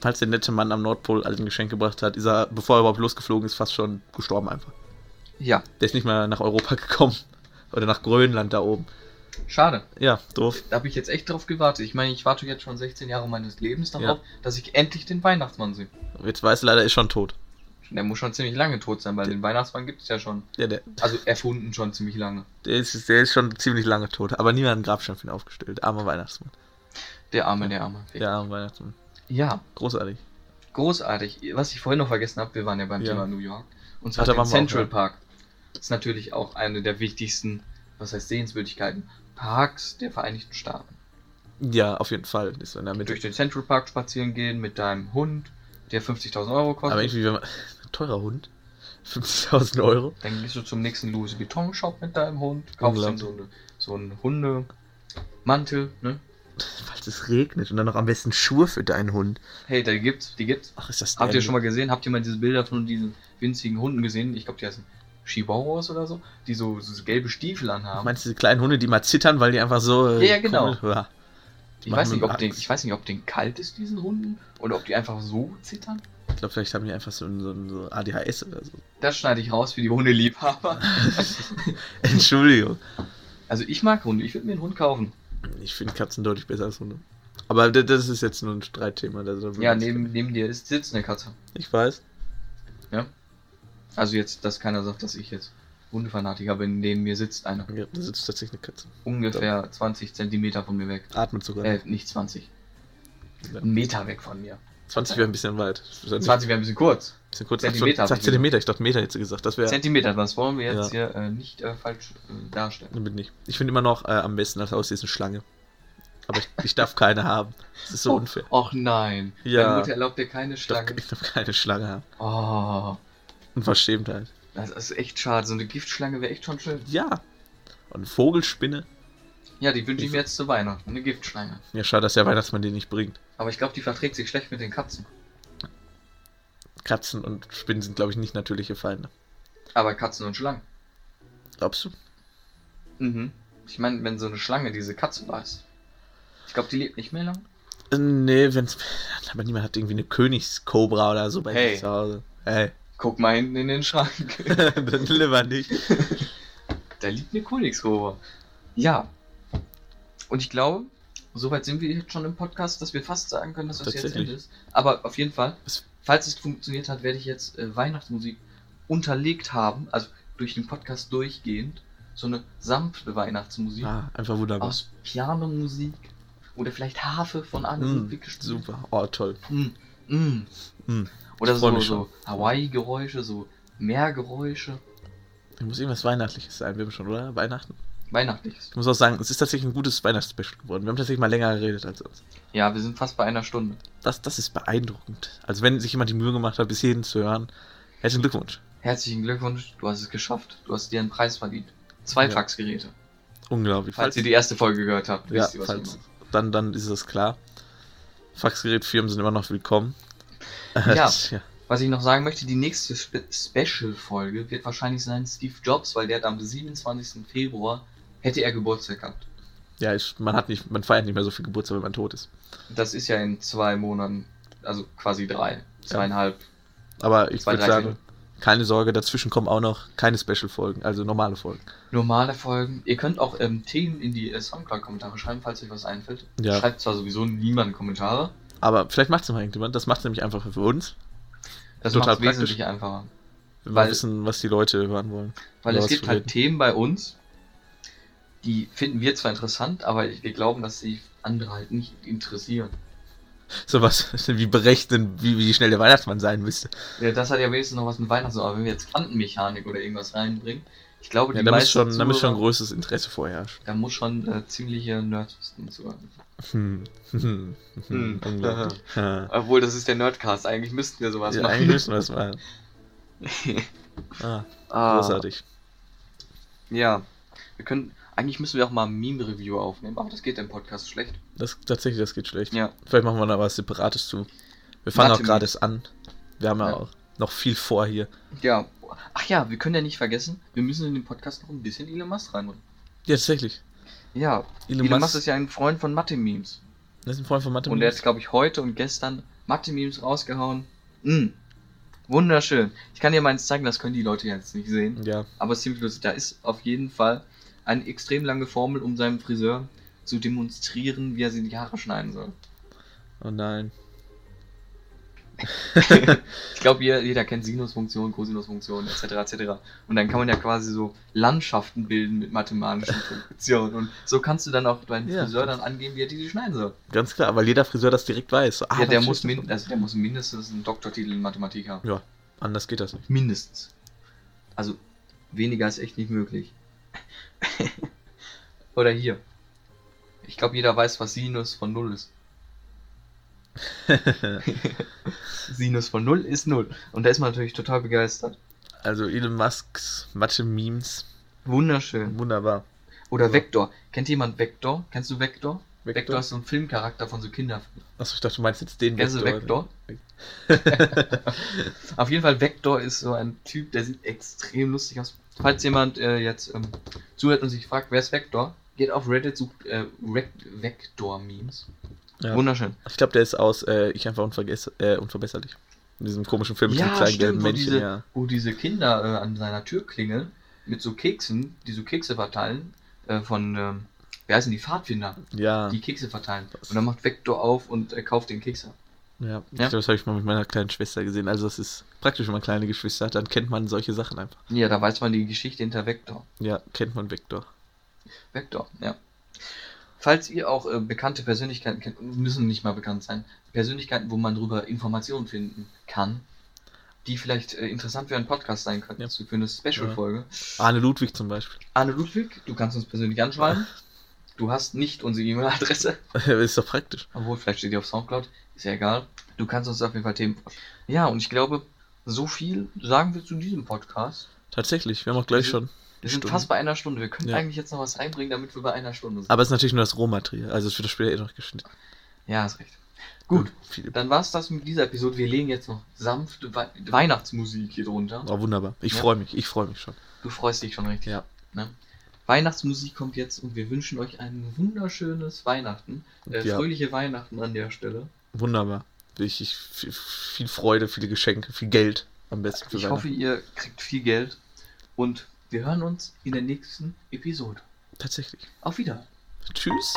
falls der nette Mann am Nordpol alles ein Geschenk gebracht hat, ist er, bevor er überhaupt losgeflogen ist, fast schon gestorben einfach. ja, Der ist nicht mal nach Europa gekommen. Oder nach Grönland da oben. schade. Ja, doof. Da habe ich jetzt echt drauf gewartet. Ich meine, ich warte jetzt schon 16 Jahre meines Lebens darauf, dass ich endlich den Weihnachtsmann sehe. Jetzt weiß er leider, ist schon tot. Der muss schon ziemlich lange tot sein, weil den Weihnachtsmann gibt es ja schon. Ja, der, Also erfunden schon ziemlich lange. der, ist, der ist schon ziemlich lange tot. Aber niemand hat einen Grabstein für ihn aufgestellt. Armer Weihnachtsmann. Der arme, der arme. Der arme Weihnachtsmann. ja, Großartig. großartig. Was ich vorhin noch vergessen habe, wir waren ja beim Ja. Thema New York. Und Ach, zwar da den waren wir auch, Central ja. Park. Ist natürlich auch eine der wichtigsten, was heißt Sehenswürdigkeiten, Parks der Vereinigten Staaten. Ja, auf jeden Fall. Ist in der Mitte. Durch den Central Park spazieren gehen mit deinem Hund, der 50.000 Euro kostet. Aber irgendwie, wenn man. Teurer Hund? 50.000 Euro? Dann gehst du zum nächsten Louis Vuitton Shop mit deinem Hund, kaufst ihm Unglaublich. so, eine, so einen Hundemantel, ne? Falls es regnet und dann noch am besten Schuhe für deinen Hund. Hey, da gibt's, die gibt's. Ach, ist das Habt ihr schon mal gesehen? Habt ihr mal diese Bilder von diesen winzigen Hunden gesehen? Ich glaube, die heißen Chihuahuas oder so, die so, so gelbe Stiefel anhaben. Meinst du diese kleinen Hunde, die mal zittern, weil die einfach so. äh, Ja, ja, genau. komisch- Ja. Die ich, machen weiß nicht, mir ob den, Angst. ich weiß nicht, ob den kalt ist, diesen Hunden, oder ob die einfach so zittern. Ich glaube, vielleicht haben die einfach so ein, so ein so ADHS oder so. Das schneide ich raus für die Hundeliebhaber. Entschuldigung. also ich mag Hunde, ich würde mir einen Hund kaufen. Ich finde Katzen deutlich besser als Hunde. Aber d- das ist jetzt nur ein Streitthema. da- da- Ja, neben, neben dir ist, sitzt eine Katze. Ich weiß. Also jetzt, dass keiner sagt, dass ich jetzt Hundefanatiker bin, neben mir sitzt einer. Ja, da sitzt tatsächlich eine Katze. Ungefähr 20 Zentimeter von mir weg. Atmet sogar. Äh, nicht 20. Ein Meter weg von mir. 20 wäre ein bisschen weit. 20 wäre ein bisschen kurz. bisschen kurz. Zentimeter Zentimeter. hab ich Zentimeter. Ich dachte Meter hätte sie gesagt. Das wäre. Zentimeter, das wollen wir jetzt hier äh, nicht äh, falsch äh, darstellen. Damit nicht. Ich finde immer noch äh, am besten als Haustier ist eine Schlange. Aber ich, ich darf keine haben. Das ist so unfair. Oh, och nein. Ja. Deine Mutter erlaubt dir keine Ich darf, Schlange. ich darf keine Schlange haben. Oh, halt. Unverschämtheit. das ist echt schade. So eine Giftschlange wäre echt schon schön. Ja. Und eine Vogelspinne. Ja, die wünsche ich mir jetzt zu Weihnachten. Eine Giftschlange. Ja, schade, dass der Weihnachtsmann den nicht bringt. Aber ich glaube, die verträgt sich schlecht mit den Katzen. Katzen und Spinnen sind, glaube ich, nicht natürliche Feinde. Aber Katzen und Schlangen. Glaubst du? Mhm. Ich meine, wenn so eine Schlange diese Katze beißt. Ich glaube, die lebt nicht mehr lang. Äh, Nee, wenn's. Aber niemand hat irgendwie eine Königskobra oder so bei Hey. sich zu Hause. Ey, Guck mal hinten in den Schrank. dann lieber nicht. Da liegt eine Königshove. Ja. Und ich glaube, soweit sind wir jetzt schon im Podcast, dass wir fast sagen können, dass das jetzt Tatsächlich. Ende ist. Aber auf jeden Fall, Es- falls es funktioniert hat, werde ich jetzt äh, Weihnachtsmusik unterlegt haben, also durch den Podcast durchgehend, so eine sanfte Weihnachtsmusik Ah, einfach wunderbar. aus Pianomusik oder vielleicht Harfe von Anne Mm, Ludwig gespielt. super. Oh, toll. Mm, mm. Mm, Oder ich freu so, mich so Hawaii-Geräusche, so Meergeräusche, Da muss irgendwas Weihnachtliches sein, wir haben schon, oder? Weihnachten? Weihnachtliches. Ich muss auch sagen, es ist tatsächlich ein gutes Weihnachtsspecial geworden. Wir haben tatsächlich mal länger geredet als sonst. Ja, wir sind fast bei einer Stunde. Das, das ist beeindruckend. Also wenn sich jemand die Mühe gemacht hat, bis hierhin zu hören, herzlichen Glückwunsch. Herzlichen Glückwunsch, du hast es geschafft. Du hast dir einen Preis verdient. Zwei Ja. Faxgeräte. Unglaublich. Falls ihr die erste Folge gehört habt, ja, wisst ihr, was wir falls, meinen. dann, dann ist das klar. Faxgerätfirmen sind immer noch willkommen. Ja. ja. Was ich noch sagen möchte, die nächste Spe Special-Folge wird wahrscheinlich sein Steve Jobs, weil der hat am 27. Februar hätte er Geburtstag gehabt. Ja, ich, man, hat nicht, man feiert nicht mehr so viel Geburtstag, wenn man tot ist. Das ist ja in zwei Monaten, also quasi drei, zweieinhalb. Aber ich Zwei, würde drei sagen, Filme. keine Sorge, dazwischen kommen auch noch keine Special-Folgen, also normale Folgen. Normale Folgen. Ihr könnt auch ähm, Themen in die äh, Soundcloud-Kommentare schreiben, falls euch was einfällt. Ja. Schreibt zwar sowieso niemand Kommentare. Aber vielleicht macht es mal irgendjemand. Das macht es nämlich einfach für uns. Das Total macht es wesentlich einfacher. Wenn Weil- wir wissen, was die Leute hören wollen. Weil Oder es was gibt zu halt reden. Themen bei uns, die finden wir zwar interessant, aber ich- wir glauben, dass sie andere halt nicht interessieren. Sowas wie berechnen, wie, wie schnell der Weihnachtsmann sein müsste. Ja, das hat ja wenigstens noch was mit Weihnachten, zu tun, aber wenn wir jetzt Quantenmechanik oder irgendwas reinbringen, ich glaube, die Ja, da muss meisten schon, da muss schon Zuhörer- großes Interesse vorherrschen. da muss schon äh, ziemliche Nerdwissen zuhören. Hm. Hm. Hm. Hm. Unglaublich. Ha. Obwohl, das ist der Nerdcast, eigentlich müssten wir sowas Ja, eigentlich machen. müssen wir es machen. Ah, Ah, großartig. Ja, wir können, eigentlich müssen wir auch mal ein Meme-Review aufnehmen, aber das geht im Podcast schlecht. Das, tatsächlich, das geht schlecht. Ja, Vielleicht machen wir noch was Separates zu. Wir fangen auch Warte, gerade erst an. Wir haben ja, Ja. auch noch viel vor hier. ja. Ach ja, wir können ja nicht vergessen, wir müssen in den Podcast noch ein bisschen Elon Musk reinbringen. Ja, tatsächlich. Ja, Elon, Elon, Musk ist, ist ja ein Freund von Mathe-Memes. das ist ein Freund von Mathe. Und er hat, glaube ich, heute und gestern Mathe-Memes rausgehauen. Mm. Wunderschön. Ich kann dir meins zeigen, das können die Leute jetzt nicht sehen. ja, Aber es ist ziemlich lustig. Da ist auf jeden Fall eine extrem lange Formel, um seinem Friseur zu demonstrieren, wie er sich die Haare schneiden soll. oh nein. Ich glaube, jeder, jeder kennt Sinusfunktion, Cosinusfunktion, etc. etc. Und dann kann man ja quasi so Landschaften bilden mit mathematischen Funktionen. Und so kannst du dann auch deinen Ja. Friseur dann angeben, wie er die schneiden soll. Ganz klar, weil jeder Friseur das direkt weiß. So, ah, ja, der das muss, steht min davon. also der muss mindestens einen Doktortitel in Mathematik haben. Ja, anders geht das nicht. Mindestens. Also weniger ist echt nicht möglich. Oder hier. Ich glaube, jeder weiß, was Sinus von 0 ist. Sinus von 0 ist 0. Und da ist man natürlich total begeistert. also Elon Musks Mathe-Memes. Wunderschön. Wunderbar. Oder Ja. Vektor. Kennt jemand Vektor? Kennst du Vektor? Vektor, Vektor? ist so ein Filmcharakter von so Kindern. Achso, ich dachte, du meinst jetzt den Kennst du Vektor? Auf jeden Fall, Vector ist so ein Typ, der sieht extrem lustig aus. Falls jemand äh, jetzt ähm, zuhört und sich fragt, wer ist Vector, geht auf Reddit, sucht äh, Rec- Vector-Memes. Ja. Wunderschön. Ich glaube, der ist aus äh, Ich einfach unvergess äh, unverbesserlich. In diesem komischen Film mit dem kleinen gelben wo Männchen, diese, ja. wo diese Kinder äh, an seiner Tür klingeln mit so Keksen, die so Kekse verteilen äh, von, ähm, wer heißen die, Pfadfinder, Ja, die Kekse verteilen. Was? Und dann macht Vector auf und äh, kauft den Keks ab. ja. Ich Ja. glaube, das habe ich mal mit meiner kleinen Schwester gesehen. Also das ist praktisch, wenn man kleine Geschwister hat, dann kennt man solche Sachen einfach. Ja, da weiß man die Geschichte hinter Vector. Ja, kennt man Vektor. Vector, ja. Falls ihr auch äh, bekannte Persönlichkeiten kennt, müssen nicht mal bekannt sein, Persönlichkeiten, wo man darüber Informationen finden kann, die vielleicht äh, interessant für einen Podcast sein könnten, Ja. so für eine Special-Folge. Arne Ludwig zum Beispiel. Arne Ludwig, du kannst uns persönlich anschreiben. Du hast nicht unsere E-Mail-Adresse, ist doch praktisch. obwohl vielleicht steht die auf Soundcloud, ist ja egal. Du kannst uns auf jeden Fall Themen vorstellen. Ja, und ich glaube, so viel sagen wir zu diesem Podcast. Tatsächlich, wir haben auch gleich Mhm. schon Wir sind Stunden. fast bei einer Stunde. Wir können Ja. eigentlich jetzt noch was reinbringen, damit wir bei einer Stunde sind. Aber es ist natürlich nur das Rohmaterial. Also es wird das Spiel eh noch geschnitten. Äh, Ja, ist recht. Gut, Viel- dann war's das mit dieser Episode. Wir legen jetzt noch sanfte Wei- Weihnachtsmusik hier drunter. Oh, wunderbar. Ich Ja. freue mich. Ich freue mich schon. Du freust dich schon richtig. Ja. Ne? Weihnachtsmusik kommt jetzt und wir wünschen euch ein wunderschönes Weihnachten. Äh, Ja. Fröhliche Weihnachten an der Stelle. Wunderbar. Ich, ich, viel- viel Freude, viele Geschenke, viel Geld am besten für Ich hoffe, Weihnachten. ihr kriegt viel Geld. Und wir hören uns in der nächsten Episode. Tatsächlich. Auf Wiedersehen. Tschüss.